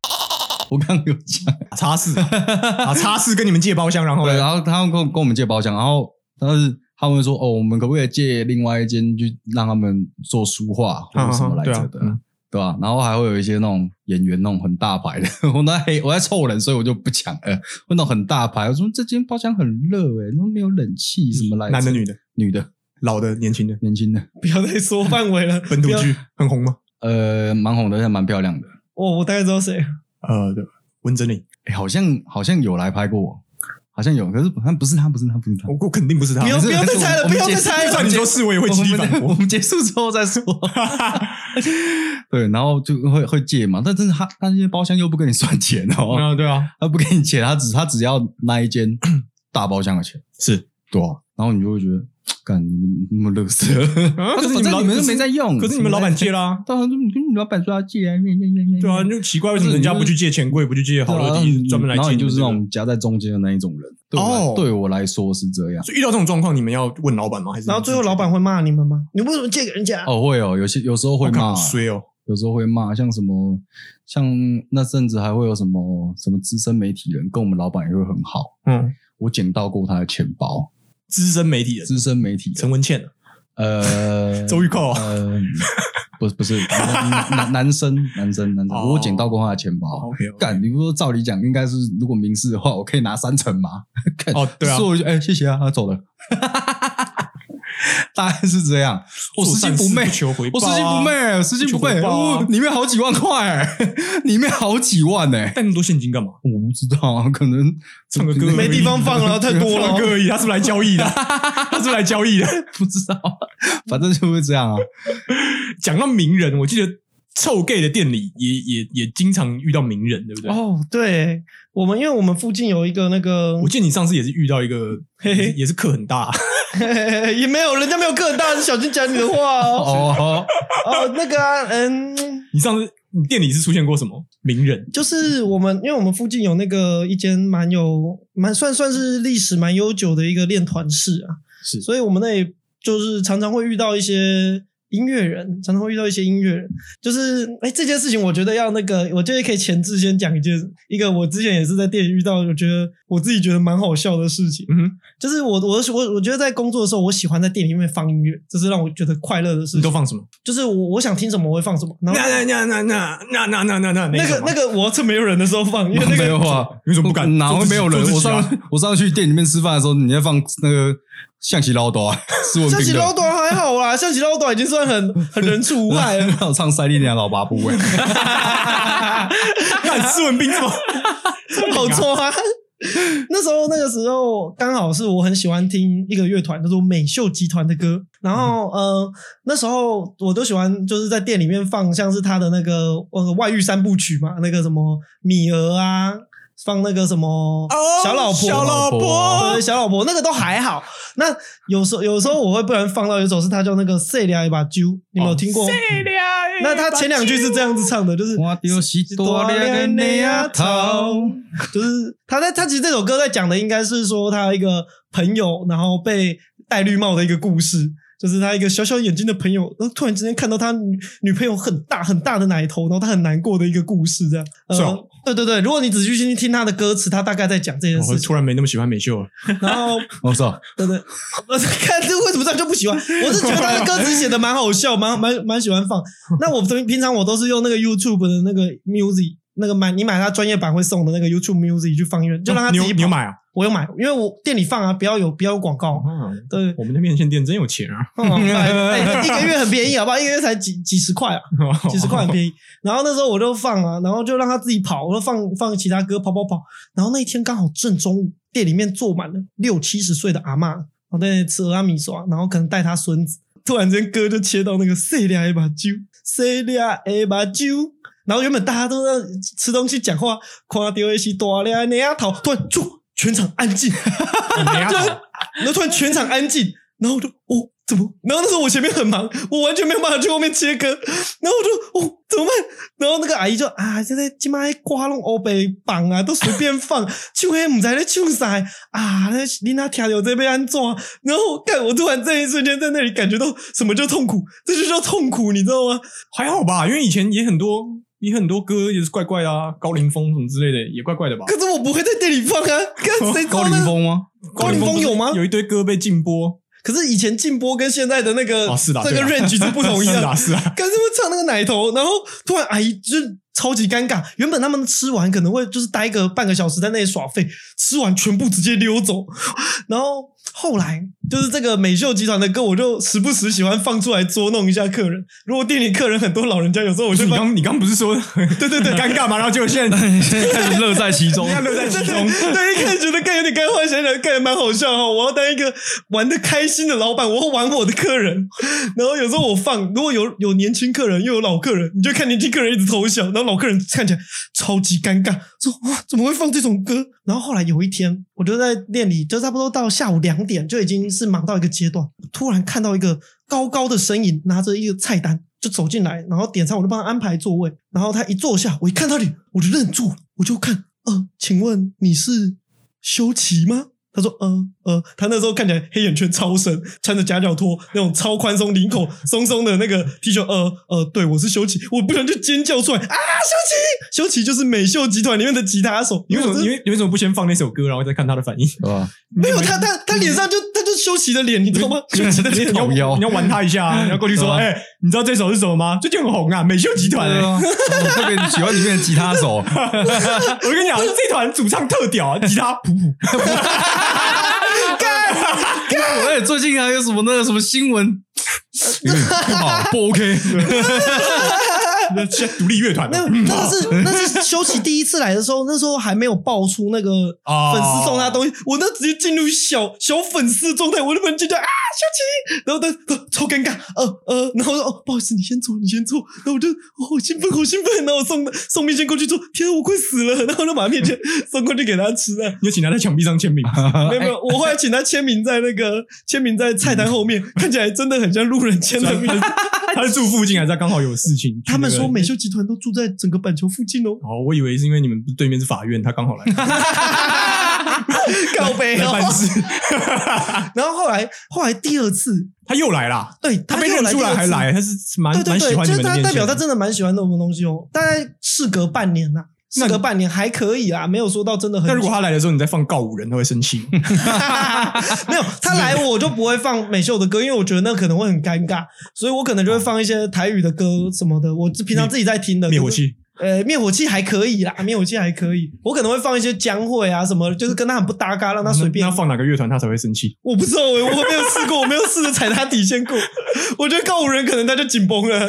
Speaker 2: 我刚刚有讲，
Speaker 1: 叉四 *laughs* 啊，叉四跟你们借包厢，然后
Speaker 2: 对，
Speaker 1: 呢？
Speaker 2: 然后他们跟我跟我们借包厢，然后但是他们说，哦，我们可不可以借另外一间去让他们做书画或者什么来着的
Speaker 1: 嗯嗯对啊嗯，
Speaker 2: 对吧、然后还会有一些那种演员那种很大牌的， *laughs* 我那黑我在凑人，所以我就不讲了，那种很大牌，我说这间包厢很热诶、欸，都没有冷气什么来着，
Speaker 1: 男的女的，
Speaker 2: 女的
Speaker 1: 老的年轻的，
Speaker 2: 年轻的，
Speaker 3: 不要再说范围了，
Speaker 1: 本土
Speaker 3: 不要
Speaker 1: 剧很红吗？
Speaker 2: 呃，蛮红的，而且蛮漂亮的。
Speaker 3: 哦，我大概知道谁了，
Speaker 1: 呃，对，文真玲，
Speaker 2: 哎、好像好像有来拍过，好像有，可是他不是他，不是他，不是他
Speaker 1: 我。我肯定不是他
Speaker 3: 不。要
Speaker 2: 还是
Speaker 3: 不要再猜
Speaker 2: 还
Speaker 3: 了，不
Speaker 2: 是我
Speaker 3: 要再
Speaker 2: 我们
Speaker 3: 猜
Speaker 1: 就
Speaker 3: 了
Speaker 1: 算你，说是，我也会极力反
Speaker 2: 我们我
Speaker 1: 驳。
Speaker 2: 们结束之后
Speaker 1: *laughs*
Speaker 2: 再说。对，然后就会会借嘛，但真的他他那些包厢又不跟你算钱哦，，
Speaker 1: 对啊，
Speaker 2: 他不给你钱，他只他只要那一间大包厢的钱，
Speaker 1: 是
Speaker 2: 对啊、然后你就会觉得，干你们你们乐色，
Speaker 1: 啊可是
Speaker 2: 反
Speaker 1: 你们老
Speaker 2: 正你们又没在用，
Speaker 1: 可是你们老板借啦，
Speaker 2: 对啊，当然就你们老板说要借啊，
Speaker 1: 对
Speaker 2: 对
Speaker 1: 啊，就奇怪为什么人家不去借钱柜，不去借好乐迪，专门来
Speaker 2: 啊嗯然后
Speaker 1: 借
Speaker 2: 你就是那
Speaker 1: 种。
Speaker 2: 种夹在中间的那一种人。对我来
Speaker 1: 哦
Speaker 2: 对我来说是这样。
Speaker 1: 所以遇到这种状况，你们要问老板吗？还是
Speaker 3: 然后最后老板会骂你们吗？你为什么借给人家？
Speaker 2: 哦，会哦，有些有时候会
Speaker 1: 我靠
Speaker 2: 骂
Speaker 1: 好，衰哦？
Speaker 2: 有时候会骂，像什么，像那阵子还会有什么什么资深媒体人跟我们老板也会很好。
Speaker 1: 嗯，
Speaker 2: 我捡到过他的钱包，
Speaker 1: 资深媒体人
Speaker 2: 资深媒体人
Speaker 1: 陈文茜、啊
Speaker 2: 呃，
Speaker 1: *laughs* 周玉蔻啊
Speaker 2: 呃，不不是男男 *laughs* 男生男生男生，
Speaker 1: 哦
Speaker 2: 我捡到过他的钱包。
Speaker 1: ，OK，
Speaker 2: 干，你不说照理讲应该是，如果民事的话，我可以拿三成吗？干
Speaker 1: 哦对啊
Speaker 2: 说我就哎谢谢啊，他走 *laughs* 了，大概是这样。我拾金不昧，
Speaker 1: 求回报，啊
Speaker 2: 我拾金不昧，，啊我拾金不昧，
Speaker 1: 不求回报啊
Speaker 2: 哦里面好几万块、欸， *laughs* 里面好几万呢、
Speaker 1: 带那么多现金干嘛？
Speaker 2: 我不知道啊，可能
Speaker 1: 唱个歌而已
Speaker 3: 没地方放了太多了
Speaker 1: 唱歌而已，他是不是来交易的， *laughs* 他是不是来交易的。
Speaker 2: *laughs* 不知道，啊反正就会这 *laughs* 样啊。
Speaker 1: 讲到名人，我记得臭 gay 的店里也也也经常遇到名人，对不对？
Speaker 3: 哦，对，我们因为我们附近有一个那个
Speaker 1: 我，记得你上次也是遇到一个，
Speaker 3: 嘿嘿
Speaker 1: 也是课很大，
Speaker 3: *laughs*
Speaker 1: 啊
Speaker 3: 也没有，人家没有个人大，你小心讲你的话哦。
Speaker 2: 哦，
Speaker 3: 哦，那个啊，嗯，
Speaker 1: 你上次你店里是出现过什么名人？
Speaker 3: 就是我们，因为我们附近有那个一间蛮有蛮算算是历史蛮悠久的一个练团室啊，
Speaker 1: 是
Speaker 3: 所以我们那里就是常常会遇到一些音乐人，常常会遇到一些音乐人。就是哎，这件事情我觉得要那个，我觉得可以前置先讲一件，一个我之前也是在店里遇到，我觉得我自己觉得蛮好笑的事情，
Speaker 1: 嗯哼，
Speaker 3: 就是我我我我觉得在工作的时候，我喜欢在店里面放音乐，这是让我觉得快乐的事
Speaker 1: 你都
Speaker 3: 情。
Speaker 1: 放什么？
Speaker 3: 就是我我想听什么我会放什么，然后
Speaker 1: 那那那那那那那那那
Speaker 3: 那个那
Speaker 1: 个，
Speaker 3: 个我趁没有人的时候放，因为那
Speaker 2: 没
Speaker 3: 个
Speaker 2: 有啊，
Speaker 1: 你怎么不敢
Speaker 2: 哪
Speaker 1: 做
Speaker 2: 会
Speaker 1: 自己
Speaker 2: 没有人？
Speaker 1: 做自己
Speaker 2: 我上我上去店里面吃饭的时候，你在放那个象棋唠叨啊， *laughs* 斯文
Speaker 3: 象
Speaker 2: 斌
Speaker 3: 棋捞
Speaker 2: 的。
Speaker 3: 短还好啦，象棋捞短已经算很很人畜无害
Speaker 2: *laughs*
Speaker 3: 了。
Speaker 2: 还有唱塞利尼亚老八部 *laughs* 位，
Speaker 1: *laughs* 看斯文斌这么
Speaker 3: 好臭啊！ *laughs* 那时候那个时候刚好是我很喜欢听一个乐团叫做美秀集团的歌，然
Speaker 1: 嗯
Speaker 3: 后呃那时候我都喜欢就是在店里面放像是他的那个呃外遇三部曲嘛，那个什么米儿啊，放那个什么小老婆，
Speaker 1: 哦小老婆
Speaker 3: 对小老婆那个都还好。那有时候有时候我会不然放到有一首是他叫那个《塞里一把揪》，你
Speaker 1: 哦
Speaker 3: 们有听过？那他前两句是这样子唱的，就是
Speaker 2: 我就是多两个内亚头，哦
Speaker 3: 就是他在他其实这首歌在讲的应该是说他有一个朋友，然后被戴绿帽的一个故事，就是他一个小小眼睛的朋友，然后突然之间看到他女女朋友很大很大的奶头，然后他很难过的一个故事，这样。
Speaker 1: 是哦
Speaker 3: 呃，对对对，如果你仔细去听他的歌词，他大概在讲这件
Speaker 1: 我
Speaker 3: 事情。
Speaker 1: 突然没那么喜欢美秀了。
Speaker 3: 然后，
Speaker 2: 哦我说
Speaker 3: 对对， *laughs* 我看这为什么这样就不喜欢？我是觉得他的歌词写的蛮好笑，蛮蛮蛮喜欢放。那我平平常我都是用那个 YouTube 的那个 Music，那个买你买他专业版会送的那个 YouTube Music 去放音乐，就让他
Speaker 1: 你
Speaker 3: 自
Speaker 1: 有
Speaker 3: 己
Speaker 1: 你有
Speaker 3: 跑
Speaker 1: 买啊？
Speaker 3: 我有买，因为我店里放啊，不要有不要有广告。
Speaker 1: 哦，
Speaker 3: 对，
Speaker 1: 我们的面线店真有钱啊！
Speaker 3: 嗯
Speaker 1: *laughs*
Speaker 3: 哎哎一个月很便宜，好不好？一个月才几几十块啊，几十块很便宜。然后那时候我就放啊，然后就让他自己跑，我就放放其他歌，跑跑跑。然后那一天刚好正中午，店里面坐满了六七十岁的阿嬷，然后在那里吃阿米耍，然后可能带他孙子。突然间歌就切到那个塞俩一把酒，塞俩一把酒。然后原本大家都在吃东西、讲话，夸丢一起大俩那丫头，突然住全场安
Speaker 1: *laughs*
Speaker 3: 静。
Speaker 1: 你
Speaker 3: 对
Speaker 1: 啊，
Speaker 3: 然哦后突然全场安静，然后我就哦怎么？然后那时候我前面很忙，我完全没有办法去后面切割，然后我就哦怎么办？然后那个阿姨就啊现在今麦瓜弄欧北棒啊都随便放，嗯唱黑唔知咧唱啥啊？那你那听到这被安怎？然后干我突然这一瞬间在那里感觉到什么叫痛苦，这就叫痛苦，你知道吗？ *laughs*
Speaker 1: 还好吧，因为以前也很多也很多歌也是怪怪的啊，高凌风什么之类的也怪怪的吧。
Speaker 3: 可是我不会在店里放啊，看谁知
Speaker 2: 高
Speaker 3: 道
Speaker 2: 凌
Speaker 3: 呢？
Speaker 2: 风吗？
Speaker 3: 高凌风有吗
Speaker 1: 不是有一堆歌被禁 *laughs* 播，
Speaker 3: 可是以前禁播跟现在的那个、
Speaker 1: 哦是啦
Speaker 3: 这个
Speaker 1: 对啦
Speaker 3: range 是不同一样
Speaker 1: 是
Speaker 3: 的
Speaker 1: 啊，是啊，
Speaker 3: 干什么唱那个奶头，然后突然阿姨就是超级尴尬。原本他们吃完可能会就是待个半个小时在那里耍废，吃完全部直接溜走。然后后来就是这个美秀集团的歌，我就时不时喜欢放出来捉弄一下客人。如果店里客人很多老人家，有时候我
Speaker 1: 不是
Speaker 3: 就
Speaker 1: 你 *laughs*
Speaker 3: 放。
Speaker 1: 刚你刚不是说对对对尴尬吗？然后结果现在
Speaker 2: 现在开始乐在其中
Speaker 1: 人家乐在其中，
Speaker 3: 对，一开始觉得干有点干，后来想想干也蛮好笑哈。我要当一个玩的开心的老板，我要玩我的客人。然后有时候我放，如果有有年轻客人又有老客人，你就看年轻客人一直偷笑，然后老客人看起来超级尴尬，说哇怎么会放这种歌？然后后来有一天，我就在店里，就差不多到下午两点，就已经是忙到一个阶段，突然看到一个高高的身影拿着一个菜单。就走进来，然后点餐，我就帮他安排座位。然后他一坐下，我一看到你，我就愣住了，我就看，呃，请问你是修齐吗？他说，呃呃，他那时候看起来黑眼圈超深，穿着夹脚拖，那种超宽松领口
Speaker 1: *laughs*
Speaker 3: 松松的那个 T 恤，呃呃，对我是修齐，我不能就尖叫出来啊，修齐，修齐就是美秀集团里面的吉他手，
Speaker 1: *laughs* 你为什么 *laughs*
Speaker 3: 我真
Speaker 1: 你
Speaker 3: 的
Speaker 1: 为你为什么不先放那首歌，然后再看他的反应？
Speaker 2: 吧？
Speaker 3: 没有他他他脸上就他就修齐的脸，你知道吗？
Speaker 1: *laughs* 就直接
Speaker 2: 烤腰
Speaker 1: 你要玩他一
Speaker 3: *laughs*
Speaker 1: 下啊，你要过去说，
Speaker 2: 对
Speaker 1: 哎，你知道这首是什么吗？最近很红啊，美秀
Speaker 2: *laughs*
Speaker 1: 集团
Speaker 2: 对
Speaker 1: 哎。
Speaker 2: 啊，我特别喜欢里面的吉他手，
Speaker 1: *laughs* 我跟你讲，这团主唱特屌
Speaker 3: *laughs*
Speaker 1: 啊，吉他普普。
Speaker 2: 哎，最近还有什么那个什么新闻有点不好，不 *laughs* OK，
Speaker 1: 那现在独立乐团啊
Speaker 3: 没有，那是那是修齐第一次来的时候，那时候还没有爆出那个
Speaker 1: 啊
Speaker 3: 粉丝送他东西，我那直接进入小小粉丝状态，我那边尖叫啊，小齐，然后他他超尴尬，呃呃，然后我说哦，不好意思，你先坐，你先坐，然后我就哦好兴奋，好兴奋，然后我送送面线过去说，天啊，我快死了，然后就把面线送过去给他吃了。
Speaker 1: 你就请他在墙壁上
Speaker 3: *laughs*
Speaker 1: 签名。
Speaker 3: 没有没有，我后来请他签名在那个签名在菜单后面，看起来真的很像路
Speaker 1: *laughs*
Speaker 3: 人签的名。
Speaker 1: 他是住附近还是他刚好有事情？
Speaker 3: 他们
Speaker 1: 去那
Speaker 3: 说
Speaker 1: 个
Speaker 3: 美秀集团都住在整个板桥附近哦，
Speaker 1: 哦，我以为是因为你们对面是法院，他刚好
Speaker 3: *laughs*
Speaker 1: 来 *laughs* 来
Speaker 3: 告白哦。
Speaker 1: 办事，
Speaker 3: 然后后来后来第二次，
Speaker 1: 他又来啦。
Speaker 3: 对
Speaker 1: 他被
Speaker 3: 又
Speaker 1: 认
Speaker 3: 来
Speaker 1: 出
Speaker 3: 第
Speaker 1: 来
Speaker 3: 二
Speaker 1: 还
Speaker 3: 次，
Speaker 1: 来，他是蛮
Speaker 3: 对对
Speaker 1: 蛮喜
Speaker 3: 对，
Speaker 1: 欢你
Speaker 3: 就是
Speaker 1: 们的
Speaker 3: 他
Speaker 1: 面
Speaker 3: 代表
Speaker 1: 线
Speaker 3: 他
Speaker 1: 的。
Speaker 3: 真的蛮喜欢那种东西哦。大概事隔半年呐、
Speaker 1: 那
Speaker 3: 事隔半年还可以啊，没有说到真的很久。
Speaker 1: 那如果他来的时候你再放告五人，他会生
Speaker 3: *laughs*
Speaker 1: 气。
Speaker 3: 没有他来，我就不会放美秀的歌，因为我觉得那可能会很尴尬，所以我可能就会放一些台语的歌什么的。我平常自己在听的
Speaker 1: 灭火
Speaker 3: 可是
Speaker 1: 器，
Speaker 3: 呃，灭火器还可以啦，灭火器还可以。我可能会放一些江蕙啊什么，就是跟他很不搭嘎，让他随便
Speaker 1: 那那放哪个乐团他才会生气？
Speaker 3: 我不知道、欸，我没有试过，我没有试着踩他底 *laughs* 线过。我觉得告五人可能他就紧绷了。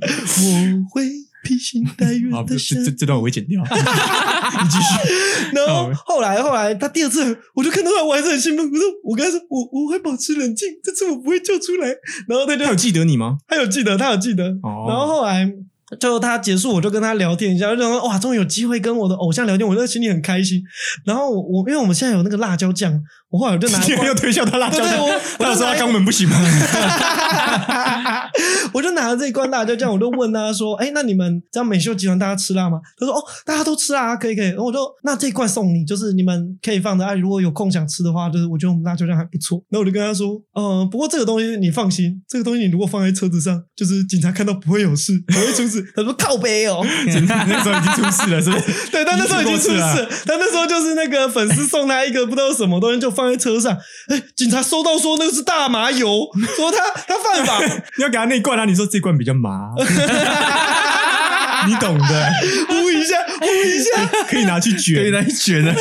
Speaker 3: 我会披星戴月 *laughs*
Speaker 1: 好，这
Speaker 3: 的
Speaker 1: 这
Speaker 3: 想
Speaker 1: 啊这这段我会剪
Speaker 3: *laughs*
Speaker 1: 掉。你继续，
Speaker 3: 然后后来后来他第二次，我就看到他，我还是很兴奋。我说我跟他说我我会保持冷静，这次我不会叫出来。然后他就
Speaker 1: 他有记得你吗？
Speaker 3: 他有记得，他有记得。
Speaker 1: 哦
Speaker 3: 然
Speaker 1: *laughs*
Speaker 3: 后后来就他结束，我就跟他聊天一下，就想说哇，终于有机会跟我的偶像聊天，我就心里很开心。然后我我因为我们现在有那个辣椒酱，我后来我 *laughs* 就拿
Speaker 1: 你又推销他辣椒
Speaker 3: 对对
Speaker 1: 酱
Speaker 3: 我，
Speaker 1: 他有说
Speaker 3: 我
Speaker 1: 他
Speaker 3: 就拿
Speaker 1: 肛门不
Speaker 3: *laughs*
Speaker 1: 行吗？
Speaker 3: 我就拿着这一罐辣椒酱，我就问他说：“哎、那你们这样美秀集团大家吃辣吗？”他说：“哦，大家都吃辣啊，可以可以。”然后我就那这一罐送你，就是你们可以放着啊，如果有空想吃的话，就是我觉得我们辣椒酱还不错。然后我就跟他说：“嗯、不过这个东西你放心，这个东西你如果放在车子上，就是警察看到不会有事， *laughs* 不会出事。”他说：“靠背哦。”
Speaker 1: 那时候已经出事了，是不是？
Speaker 3: *laughs* 对，但那时候已经出事
Speaker 1: 已经出过事
Speaker 3: 了，他那时候就是那个粉丝送他一个不知道什么东西，就放在车上。哎，警察收到说那个是大麻油，说他他犯法，
Speaker 1: 你要给他那一罐啊？你说这罐比较
Speaker 3: *laughs*
Speaker 1: 麻，你懂的，
Speaker 3: 呼一下，呼一下。
Speaker 1: *laughs* 可以拿去卷，
Speaker 2: 对，来卷了。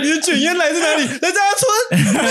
Speaker 3: 你的卷烟来自哪里？来自阿春。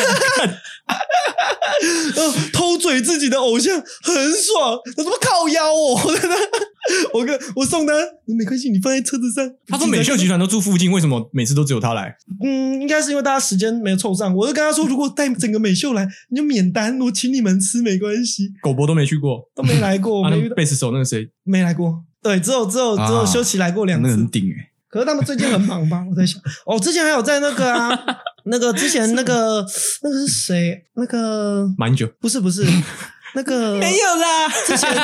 Speaker 3: 呃 *laughs* 偷嘴自己的偶像很爽，他说靠腰哦， *laughs* 我跟他我送他没关系，你放在车子上。
Speaker 1: 他说美秀集团都住附近，为什么每次都只有他来？
Speaker 3: 嗯，应该是因为大家时间没凑上，我就跟他说，如果带整个美秀来，你就免单，我请你们吃没关系，
Speaker 1: 狗博都没去过，
Speaker 3: 都没来
Speaker 1: *laughs*
Speaker 3: 过，
Speaker 1: 啊，
Speaker 3: 没遇
Speaker 1: 那
Speaker 3: 到，
Speaker 1: 贝斯手那个谁，
Speaker 3: 没来过。对，只有只有只有
Speaker 2: 啊
Speaker 3: 修齐来过两
Speaker 2: 那个
Speaker 3: 次，
Speaker 2: 很顶哎，
Speaker 3: 可是他们最近很忙吧？我在想，哦，之前还有在那
Speaker 1: *laughs*
Speaker 3: 个啊，那个之前那个那个是谁？那个
Speaker 1: 蛮久，
Speaker 3: 不是不是那个没有啦，之前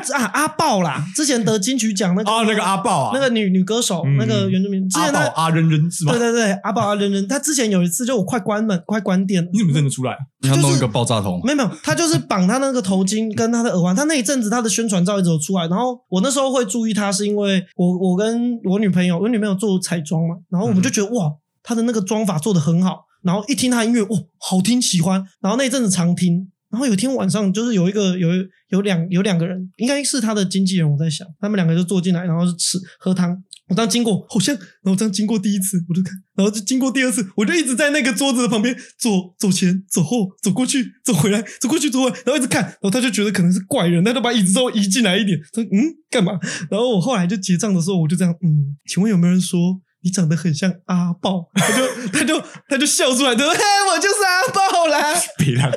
Speaker 3: 得啊阿豹啦，之前得金曲奖那个
Speaker 1: 哦，那个阿豹啊，
Speaker 3: 那个女女歌手，
Speaker 1: 嗯
Speaker 3: 那个原住民，之
Speaker 1: 阿
Speaker 3: 前
Speaker 1: 豹
Speaker 3: 她
Speaker 1: 阿扔扔是吗
Speaker 3: 对？对对，阿宝阿人人，他之前有一次就我快关门，快关店了。
Speaker 1: 你怎么认得出来？
Speaker 2: 你要弄一个爆炸头，
Speaker 3: 没有没有，他就是绑他那个头巾跟他的耳环。他那一阵子他的宣传照一直有出来，然后我那时候会注意他，是因为我我跟我女朋友，我女朋友做彩妆嘛，然后我们就觉得、哇，他的那个妆法做的很好，然后一听他的音乐，哇，好听，喜欢，然后那一阵子常听。然后有一天晚上，就是有一个有一有两有两个人，应该是他的经纪人，我在想，他们两个就坐进来，然后就吃喝汤。我这样经过，好像，然后这样经过第一次，我就看，然后就经过第二次，我就一直在那个桌子的旁边走走前走后走过去走回来走过去走回来，然后一直看，然后他就觉得可能是怪人，他就把椅子稍微移进来一点，说嗯干嘛？然后我后来就结账的时候，我就这样嗯，请问有没有人说你长得很像阿豹？ *laughs* 他就他就他就笑出来， *laughs* 他说嘿我就是阿豹啦。
Speaker 1: 别啦，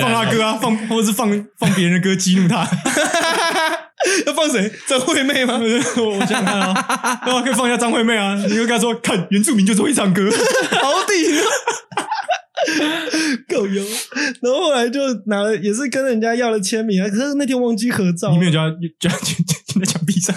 Speaker 1: 放他歌啊，放或者是放放别人的歌激怒他。
Speaker 3: *laughs* 要放谁？张惠妹吗？ *laughs*
Speaker 1: 我想想看啊，那可以放一下张惠妹啊，你就跟他说，看原住民就是会唱歌，
Speaker 3: 好 *laughs* 顶啊！狗油，然后后来就拿了，也是跟人家要了签名啊。可是那天忘记合照
Speaker 1: 你
Speaker 3: 了，
Speaker 1: 没有叫他叫他去 *laughs* 在墙壁上，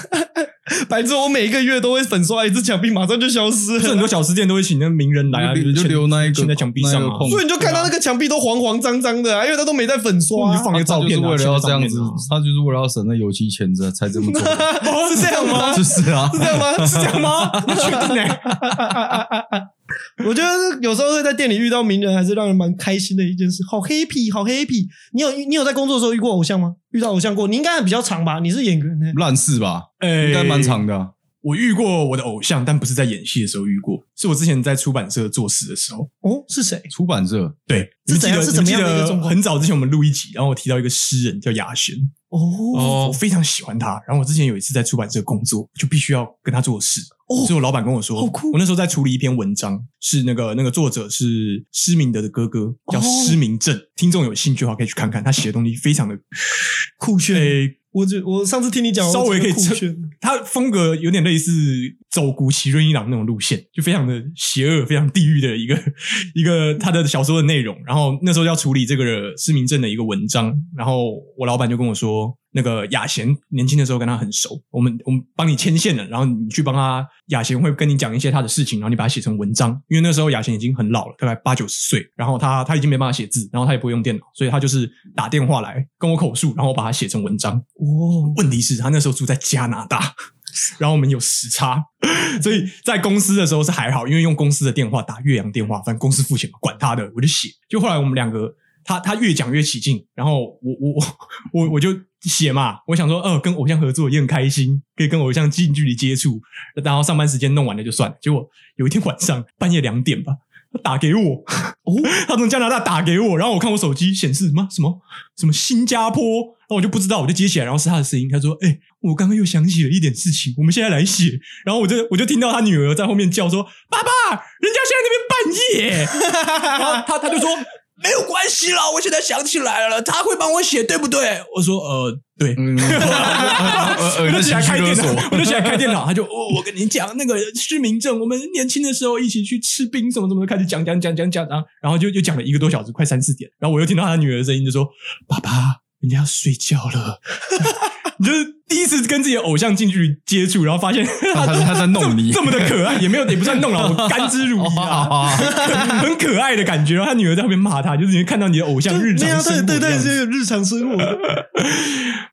Speaker 3: 白痴！我每一个月都会粉刷一次墙壁，马上就
Speaker 1: *laughs*
Speaker 3: 消失
Speaker 1: 是
Speaker 3: 了。
Speaker 1: 很多小吃店都会请那名人来啊，
Speaker 2: 你就你就
Speaker 1: 劝
Speaker 2: 留那一个
Speaker 1: 劝在墙壁上
Speaker 2: 那
Speaker 1: 啊
Speaker 2: 一个，空
Speaker 3: 所以你就看到那个墙壁都黄黄脏脏的、啊，因为它都没在粉刷、
Speaker 1: 你就
Speaker 3: 啊。
Speaker 1: 放一个照片啊，
Speaker 2: 他就是为了要这样子
Speaker 1: 劝在上面啊，
Speaker 2: 他就是为了要省那油漆钱这才这么做的，
Speaker 3: 哦， *laughs* 是这样吗？
Speaker 2: 就是是啊，
Speaker 3: 这
Speaker 1: *laughs*
Speaker 3: 样吗？是这样吗？
Speaker 1: 确定欸
Speaker 3: *laughs* 我觉得有时候会在店里遇到名人，还是让人蛮开心的一件事。好 happy，好 happy！你有你有在工作的时候遇过偶像吗？遇到偶像过？你应该比较长吧？你是演员呢、
Speaker 2: 烂事吧，
Speaker 1: 哎
Speaker 2: 应该蛮长的啊。
Speaker 1: 我遇过我的偶像，但不是在演戏的时候遇过，是我之前在出版社做事的时候。
Speaker 3: 哦，是谁？
Speaker 2: 出版社
Speaker 1: 对，你
Speaker 3: 是
Speaker 1: 们记
Speaker 3: 怎样
Speaker 1: 得
Speaker 3: 是怎么样
Speaker 1: 你们
Speaker 3: 的一
Speaker 1: 记
Speaker 3: 个
Speaker 1: 得
Speaker 3: 状况
Speaker 1: 很早之前我们录一集，然后我提到一个诗人叫雅璇，
Speaker 3: 哦
Speaker 1: 我非常喜欢他。然后我之前有一次在出版社工作，就必须要跟他做事，
Speaker 3: 哦
Speaker 1: 所以我老板跟我说，
Speaker 3: 好酷
Speaker 1: 我那时候在处理一篇文章，是那个那个作者是施明德的哥哥，
Speaker 3: 哦
Speaker 1: 叫施明正。听众有兴趣的话可以去看看，他写的东西非常的
Speaker 3: *laughs* 酷炫。
Speaker 1: 诶、
Speaker 3: 我觉我上次听你讲，
Speaker 1: 稍微
Speaker 3: 我觉得
Speaker 1: 可以
Speaker 3: 酷
Speaker 1: 称
Speaker 3: 炫。
Speaker 1: 他风格有点类似走古奇润一郎那种路线，就非常的邪恶、非常地狱的一个一个他的小说的内容。然后那时候要处理这个失明症的一个文章，然后我老板就跟我说，那个雅贤年轻的时候跟他很熟，我们我们帮你牵线了，然后你去帮他，雅贤会跟你讲一些他的事情，然后你把它写成文章。因为那时候雅贤已经很老了，大概八九十岁，然后他他已经没办法写字，然后他也不会用电脑，所以他就是打电话来跟我口述，然后我把它写成文章。
Speaker 3: 哦，
Speaker 1: 问题是，他那时候住在加拿大，然后我们有时差，所以在公司的时候是还好，因为用公司的电话打岳阳电话，反正公司付钱嘛，管他的，我就写。就后来我们两个，他他越讲越起劲，然后我我我我我就写嘛，我想说，呃，跟偶像合作也很开心，可以跟偶像近距离接触，然后上班时间弄完了就算了。结果有一天晚上半夜两点吧，他打给我， *laughs* 他从加拿大打给我，然后我看我手机显示什么什么什么新加坡，那我就不知道，我就接起来，然后是他的声音，他说：“哎、我刚刚又想起了一点事情，我们现在来写。”然后我就我就听到他女儿在后面叫说：“爸爸，人家现在在那边半夜。”然后他他就说：“没有关系啦，我现在想起来了，他会帮我写，对不对？”我说：“呃，对。” *laughs*
Speaker 2: 嗯，
Speaker 1: 我
Speaker 2: 我
Speaker 1: 就起来开电脑，我就起来开电
Speaker 2: 脑。
Speaker 1: 脑，他就哦，我跟你讲，那个失明症，我们年轻的时候一起去吃冰，什么什么的，开始讲讲讲讲讲，然后然后就又讲了一个多小时，快三四点，然后我又听到他女儿的声音，就说：“爸爸，人家要睡觉了。” *laughs* 你就是第一次跟自己的偶像近距离接触，然后发现 *laughs*
Speaker 2: 他
Speaker 1: 他
Speaker 2: 他在
Speaker 1: 这
Speaker 2: 弄
Speaker 1: 么 *laughs*
Speaker 2: 你，
Speaker 1: 这么的可爱，也没有也不算弄了，我甘之如饴啊， *laughs* 很可爱的感觉。然后他女儿在后面骂他，就是你看到你的偶像日
Speaker 3: 对
Speaker 1: 常
Speaker 3: 啊，
Speaker 1: 生活
Speaker 3: 对
Speaker 1: 这
Speaker 3: 对
Speaker 1: 样子，
Speaker 3: 对，这个日常生
Speaker 1: *laughs*
Speaker 3: 活的，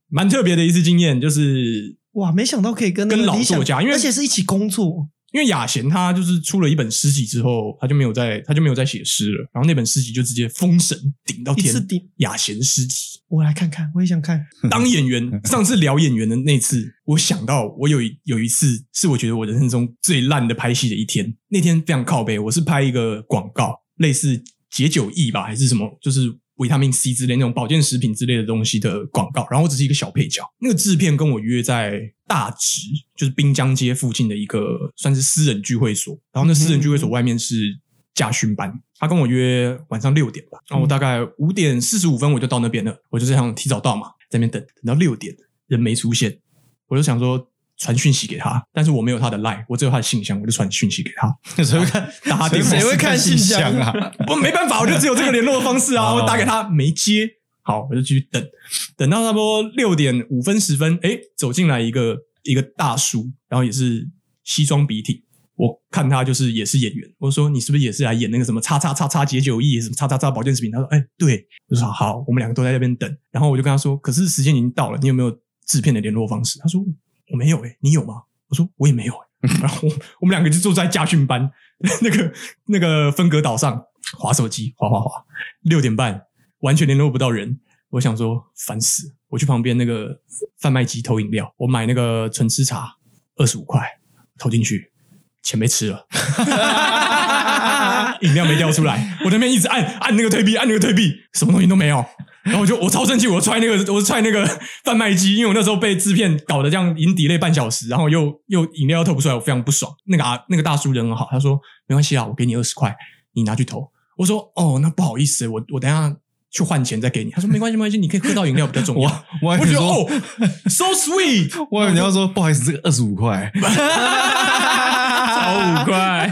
Speaker 1: 蛮特别的一次经验，就是
Speaker 3: 哇，没想到可以跟那个
Speaker 1: 跟老
Speaker 3: 理想
Speaker 1: 作家因为
Speaker 3: 而且是一起工作，
Speaker 1: 因为雅贤他就是出了一本诗集之后，他就没有再他就没有再写诗了，然后那本诗集就直接封神顶到
Speaker 3: 一次
Speaker 1: 天。
Speaker 3: 顶，
Speaker 1: 雅贤诗集
Speaker 3: 我来看看，我也想
Speaker 1: *laughs*
Speaker 3: 看，
Speaker 1: 当演员，上次聊演员的那次，我想到我有一有一次是我觉得我人生中最烂的拍戏的一天。那天非常靠背，我是拍一个广告，类似解酒液吧还是什么，就是维他命 C 之类那种保健食品之类的东西的广告，然后我只是一个小配角。那个制片跟我约在大直，就是滨江街附近的一个算是私人聚会所，然后那私人聚会所外面是驾训班。他跟我约晚上六点吧，然后
Speaker 2: 嗯
Speaker 1: 我大概五点四十五分我就到那边了，我就是想提早到嘛，在那边等等到六点，人没出现，我就想说传讯息给他，但是我没有他的 line，我只有他的信箱，我就传讯息给他，
Speaker 2: 谁会看？
Speaker 1: 打他电话，
Speaker 2: 谁会看信箱啊？
Speaker 1: 我没办法，我就只有这个联络方式啊，
Speaker 2: 哦
Speaker 1: 我打给他没接，好，我就继续等，等到差不多六点五分十分，哎，走进来一个一个大叔，然后也是西装笔挺。我看他就是也是演员，我说你是不是也是来演那个什么叉叉叉叉解酒液什么叉叉叉保健食品？他说哎、对，我说好，我们两个都在那边等。然后我就跟他说，可是时间已经到了，你有没有制片的联络方式？他说我没有哎、你有吗？我说我也没有、欸。然后我我们两个就坐在家训班 *laughs* 那个那个分隔岛上划手机，划划划，六点半完全联络不到人。我想说烦死了，我去旁边那个贩卖机投饮料，我买那个纯吃茶，二十五块投进去，钱被吃了， *laughs* 饮料没掉出来，我那边一直按按那个退币，按那个退币，什么东西都没有。然后我就我超生气，我踹那个我踹那个贩卖机，因为我那时候被制片搞得这样赢底类半小时，然后又又饮料又投不出来，我非常不爽。那个啊那个大叔人很好，他说没关系啊，我给你二十块，你拿去投。我说哦，那不好意思，我我等一下去换钱再给你。他说没关系没关系，你可以喝到饮料比较重要。
Speaker 2: 我我
Speaker 1: 我
Speaker 2: 跟
Speaker 1: 觉
Speaker 2: 你
Speaker 1: 得
Speaker 2: 说
Speaker 1: 哦，，so sweet，
Speaker 2: 我以为你要说不好意思，这个二十五块，
Speaker 4: 超五块，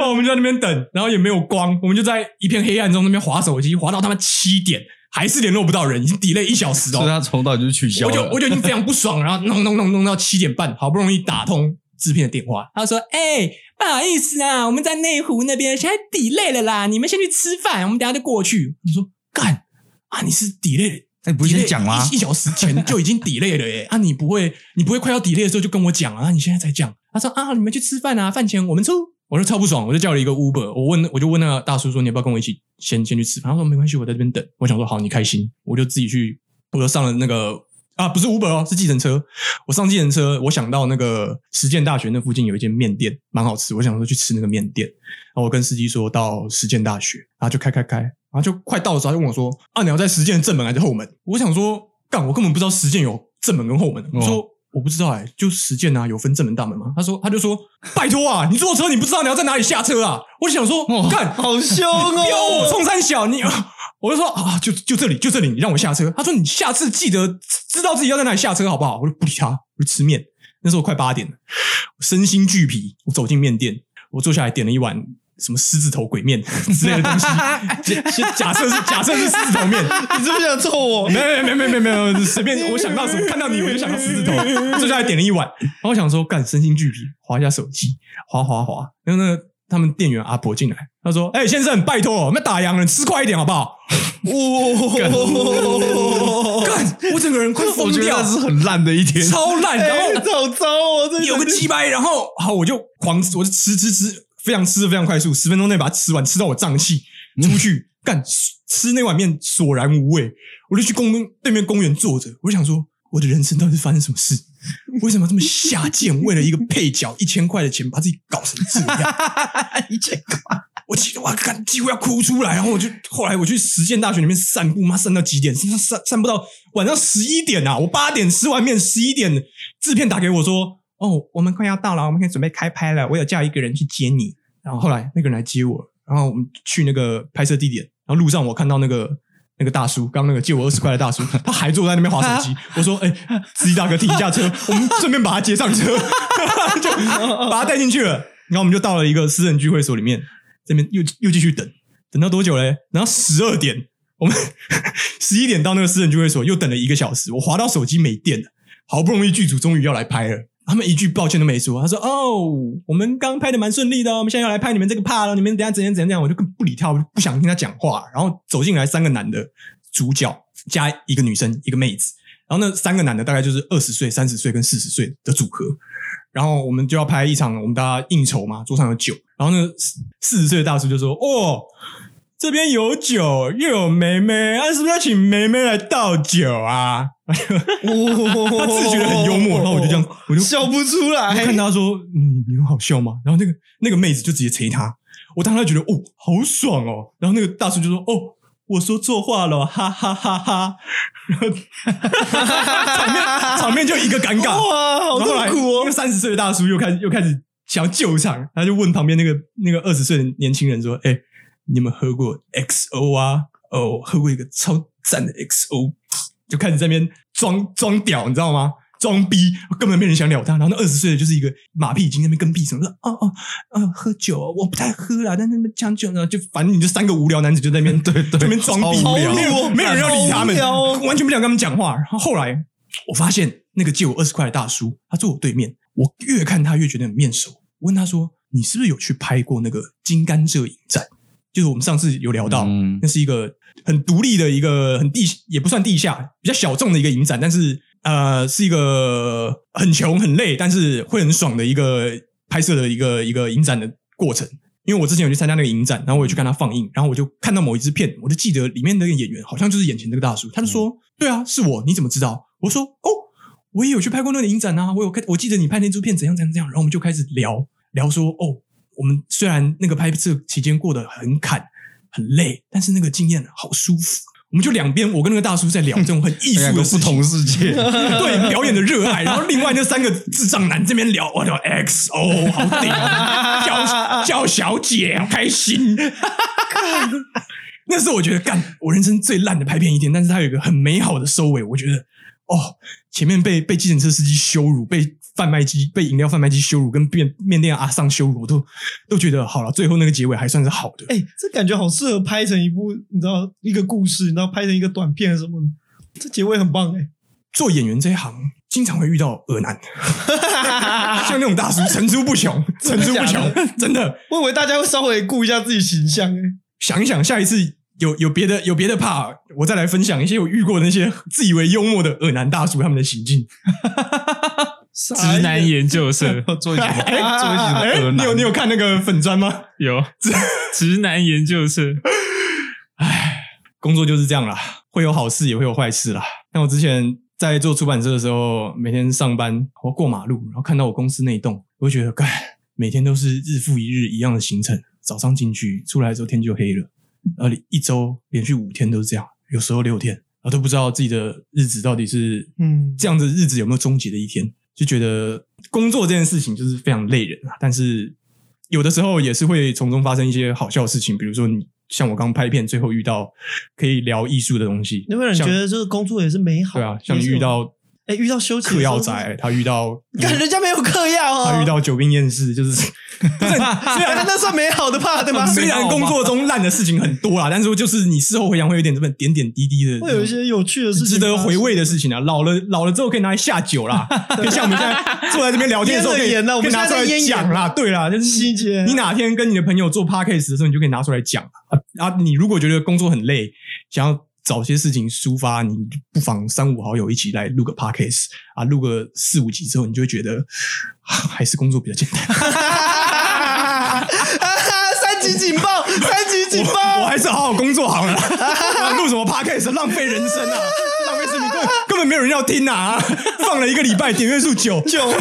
Speaker 1: 哦，我们就在那边等，然后也没有光，我们就在一片黑暗中那边划手机，划到他们七点，还是联络不到人，已经 delay 一小时
Speaker 2: 所以
Speaker 1: 哦。
Speaker 2: 他从头到尾就取消
Speaker 1: 我就
Speaker 2: 了
Speaker 1: 我。就已经非常不爽，然后弄弄弄弄到七点半，好不容易打通制片的电话，他说：“哎、不好意思啊，我们在内湖那边现在 delay 了啦，你们先去吃饭，我们等一下就过去。”我说：“干啊，你是 delay
Speaker 2: 哎，不是先讲吗？
Speaker 1: 一一小时前就已经 delay 了
Speaker 2: *laughs*
Speaker 1: 耶、啊，你不会，你不会快要 delay 的时候就跟我讲啊？你现在才讲？他说啊，你们去吃饭啊，饭钱我们出。我就超不爽，我就叫了一个 Uber，我问，我就问那个大叔说，你要不要跟我一起先先去吃饭？他说没关系，我在这边等。我想说好，你开心，我就自己去，我就上了那个啊，不是 Uber 哦，是计程车。我上计程车，我想到那个实践大学那附近有一间面店，蛮好吃，我想说去吃那个面店。然后我跟司机说到实践大学，然后就开开开，然后就快到的时候，他就问我说：“啊，你要在实践的正门还是后门？”我想说，干，我根本不知道实践有正门跟后门。我说、我不知道、欸，哎，就实践啊，有分正门大门吗？他说，他就说，拜托啊，你坐车你不知道你要在哪里下车啊？我想说，干，
Speaker 3: 好
Speaker 1: *laughs*
Speaker 3: 凶哦
Speaker 1: 彪我冲三小你。 *laughs* 我就说啊，就就这里，就这里，你让我下车。他说你下次记得知道自己要在哪里下车，好不好？我就不理他，我就吃面。那时候快八点了，我身心俱疲。我走进面店，我坐下来点了一碗什么狮子头鬼面 *laughs* 之类的东西。假先假设是假设是狮子头面，
Speaker 3: *laughs* 你是不是想揍我？
Speaker 1: *laughs* 没有没有没有没有没有没有，随便我想到什么，看到你我就想到狮子头，坐下来点了一碗，然后我想说干身心俱疲，划一下手机，划划划，然后呢，他们店员阿婆进来，他说：“哎、先生，拜托，我们打烊了，吃快一点好不好？”
Speaker 3: 哇，
Speaker 1: 干，我整个人快疯
Speaker 2: 我觉得
Speaker 1: 掉
Speaker 2: 那，是很烂的一天。 *laughs*
Speaker 1: 超烂，然
Speaker 3: 哎，
Speaker 1: 后
Speaker 3: 好糟哦，这
Speaker 1: 有个
Speaker 3: *laughs*
Speaker 1: 鸡掰，然后好我就狂我就吃吃吃，非常吃的非常快速，十分钟内把它吃完，吃到我胀气，出去干吃那碗面索然无味，我就去公对面公园坐着，我就想说我的人生到底是发生什么事？为什么这么下贱？为了一个配角一千块的钱，把自己搞成这样？
Speaker 3: 一千块，
Speaker 1: 我气得我干几乎要哭出来。然后我就后来我去实践大学里面散步，妈散到几点？散散散步到晚上十一点啊！我八点吃完面，十一点制片打给我说：“哦，我们快要到了，我们可以准备开拍了。”我有叫一个人去接你。然后后来那个人来接我，然后我们去那个拍摄地点。然后路上我看到那个。那个大叔，刚刚那个借我二十块的大叔，他还坐在那边划手机。我说：“哎、司机大哥，停一下车，我们顺便把他接上车， *laughs* 就把他带进去了。”然后我们就到了一个私人聚会所里面，这边又又继续等，等到多久嘞？然后十二点，我们 *laughs* 十一点到那个私人聚会所，又等了一个小时。我滑到手机没电了，好不容易剧组终于要来拍了，他们一句抱歉都没说。他说：“哦，我们刚拍的蛮顺利的哦，我们现在要来拍你们这个 part 了，你们等一下怎样怎样怎样。”我就更不理他，我就不想听他讲话。然后走进来三个男的主角加一个女生一个妹子，然后那三个男的大概就是二十岁、三十岁跟四十岁的组合。然后我们就要拍一场，我们大家应酬嘛，桌上有酒。然后呢，四十岁的大叔就说：“哦，这边有酒，又有梅梅，啊，是不是要请梅梅来倒酒啊？”他
Speaker 3: 他
Speaker 1: 自己觉得很幽默，然后我就这样，我就
Speaker 3: 哦笑不出
Speaker 1: 我就
Speaker 3: 来
Speaker 1: 看。他说：“嗯，你很好笑吗？”然后那个那个妹子就直接捶他，我当时觉得哦，好爽哦。然后那个大叔就说：“哦，我说错话了，哈哈哈哈。”然后场面场面就一个尴尬，
Speaker 3: 哇，好
Speaker 1: 然后后
Speaker 3: 痛
Speaker 1: 来
Speaker 3: 苦
Speaker 1: 那
Speaker 3: 哦
Speaker 1: 个！三十岁的大叔又开始又开始想要救场，他就问旁边那个那个二十岁的年轻人说：“哎、你们喝过 XO 啊？哦，喝过一个超赞的 XO。”就开始在那边装装屌，你知道吗？装逼，根本没人想鸟他。然后那二十岁的就是一个马屁精，在那边跟屁什么说：“哦哦，呃，喝酒，我不太喝啦，但是那么讲酒呢，就反正你就三个无聊男子就在那边对对，在那边装逼，
Speaker 3: 好无
Speaker 1: 没
Speaker 3: 聊
Speaker 1: 有没有没有人要理他们
Speaker 3: 好无聊哦，
Speaker 1: 完全不想跟他们讲话。然后后来我发现那个借我二十块的大叔，他坐我对面，我越看他越觉得很面熟。我问他说：“你是不是有去拍过那个《金甘蔗影站》？就是我们上次有聊到，
Speaker 2: 嗯
Speaker 1: 那是一个很独立的一个很地也不算地下，比较小众的一个影展，但是呃是一个很穷很累，但是会很爽的一个拍摄的一个一个影展的过程。因为我之前有去参加那个影展，然后我也去看他放映，然后我就看到某一支片，我就记得里面那个演员好像就是眼前这个大叔，他就说：“对啊，是我，你怎么知道？”我说：“哦，我也有去拍过那个影展啊，我有看，我记得你拍那支片怎样怎样怎样。”然后我们就开始聊聊说：“哦，我们虽然那个拍摄期间过得很砍，很累，但是那个经验好舒服。”我们就两边，我跟那个大叔在聊这种很艺术
Speaker 2: 两
Speaker 1: 的
Speaker 2: 个不
Speaker 1: 事情
Speaker 2: 同世
Speaker 1: *laughs*
Speaker 2: 界，
Speaker 1: 对表演的热爱，然后另外那三个智障男这边聊，我就 XO 好顶哦，叫叫小姐好开心。 *laughs* 那时候我觉得，干我人生最烂的拍片一天，但是它有一个很美好的收尾，我觉得哦，前面被被计程车司机羞辱，被贩卖机、被饮料贩卖机羞辱，跟面面店阿桑羞辱，我都都觉得好了，最后那个结尾还算是好的。
Speaker 3: 哎，这感觉好适合拍成一部，你知道一个故事，你知道拍成一个短片什么的。这结尾很棒哎，
Speaker 1: 做演员这一行，经常会遇到恶男，
Speaker 3: 啊哎 *laughs*
Speaker 1: 像那种大叔层出不穷，层出不穷，真的。
Speaker 3: 我以为大家会稍微顾一下自己形象哎。
Speaker 1: 想一想，下一次有有别的有别的怕，我再来分享一些我遇过的那些 *laughs* 自以为幽默的恶男大叔他们的行
Speaker 2: *laughs*
Speaker 1: 径。
Speaker 4: 直男研究社
Speaker 2: 哎做一集做一集
Speaker 1: 哎、
Speaker 2: 的恶
Speaker 1: 你有
Speaker 2: 男
Speaker 1: 你有看那个粉砖吗？
Speaker 2: *laughs*
Speaker 4: 有直男研究社，
Speaker 1: 工作就是这样啦，会有好事也会有坏事啦。像我之前在做出版社的时候，每天上班，我过马路，然后看到我公司那一栋，我就觉得，干，每天都是日复一日一样的行程。早上进去，出来的时候天就黑了，然后一周连续五天都是这样，有时候六天，然后都不知道自己的日子到底是
Speaker 3: 嗯，
Speaker 1: 这样子日子有没有终结的一天，就觉得工作这件事情就是非常累人啊。但是有的时候也是会从中发生一些好笑的事情，比如说你像我刚拍片，最后遇到可以聊艺术的东西，
Speaker 3: 有没有人觉
Speaker 1: 像
Speaker 3: 得这个工作也是美好？
Speaker 1: 对啊，像你
Speaker 3: 也是有
Speaker 1: 遇到
Speaker 3: 哎遇到休息的
Speaker 1: 嗑药
Speaker 3: 时候
Speaker 1: 仔，他遇到
Speaker 3: 就是，看人家没有嗑药哦，
Speaker 1: 他遇到久病厌世，就是不是虽
Speaker 3: 哎，
Speaker 1: 然
Speaker 3: 那算美好的
Speaker 1: *laughs*
Speaker 3: 怕对吗？
Speaker 1: 虽然工作中烂的事情很多啦，但是就是你事后回想会有点这么点点滴滴的，
Speaker 3: 会有一些有趣的事情，
Speaker 1: 嗯值得回味的事情啊！老了老了之后可以拿来下酒
Speaker 3: *laughs*
Speaker 1: 啦，可以像我们现在坐在这边聊天的时候可以，
Speaker 3: 咽了盐啊我
Speaker 1: 可
Speaker 3: 们
Speaker 1: 以拿出来
Speaker 3: 现在在咽盐
Speaker 1: 讲啦。对啦，就是
Speaker 3: 细节
Speaker 1: 你哪天跟你的朋友做 podcast 的时候，你就可以拿出来讲啊。啊你如果觉得工作很累，想要找些事情抒发，你不妨三五好友一起来录个 podcast 啊，录个四五集之后，你就会觉得啊还是工作比较简单。
Speaker 3: 啊。 *laughs* 三级警报，三级警
Speaker 1: 我
Speaker 3: 报！
Speaker 1: *laughs* 我还是好好工作好了啦，啊录什么 podcast 浪费人生啊！上面是你根本根本没有人要听啊！放了一个礼拜，点阅数九 *laughs* 九，
Speaker 4: 就
Speaker 3: 恭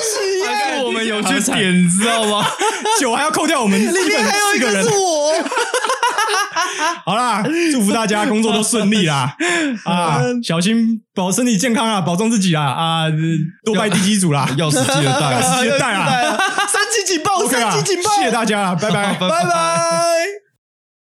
Speaker 3: 喜啊！
Speaker 2: 但是我们有去点，你知道吗？
Speaker 1: 九还要扣掉我们
Speaker 3: 里
Speaker 1: 基
Speaker 3: 面
Speaker 1: 本
Speaker 3: 还有
Speaker 1: 四
Speaker 3: 一个
Speaker 1: 人
Speaker 3: 是。我
Speaker 1: 好啦，祝福大家工作都顺利啦！啊，小心保身体健康啊，保重自己啊！啊，多拜第几组啦，
Speaker 2: 钥匙
Speaker 1: *laughs*
Speaker 2: 记得带。
Speaker 1: 啊，时间带啊
Speaker 3: 啊，三级警报，
Speaker 1: ，OK
Speaker 3: 三
Speaker 1: 啦，
Speaker 3: 级警报，
Speaker 1: 谢谢大家啦，拜拜。
Speaker 3: 拜拜。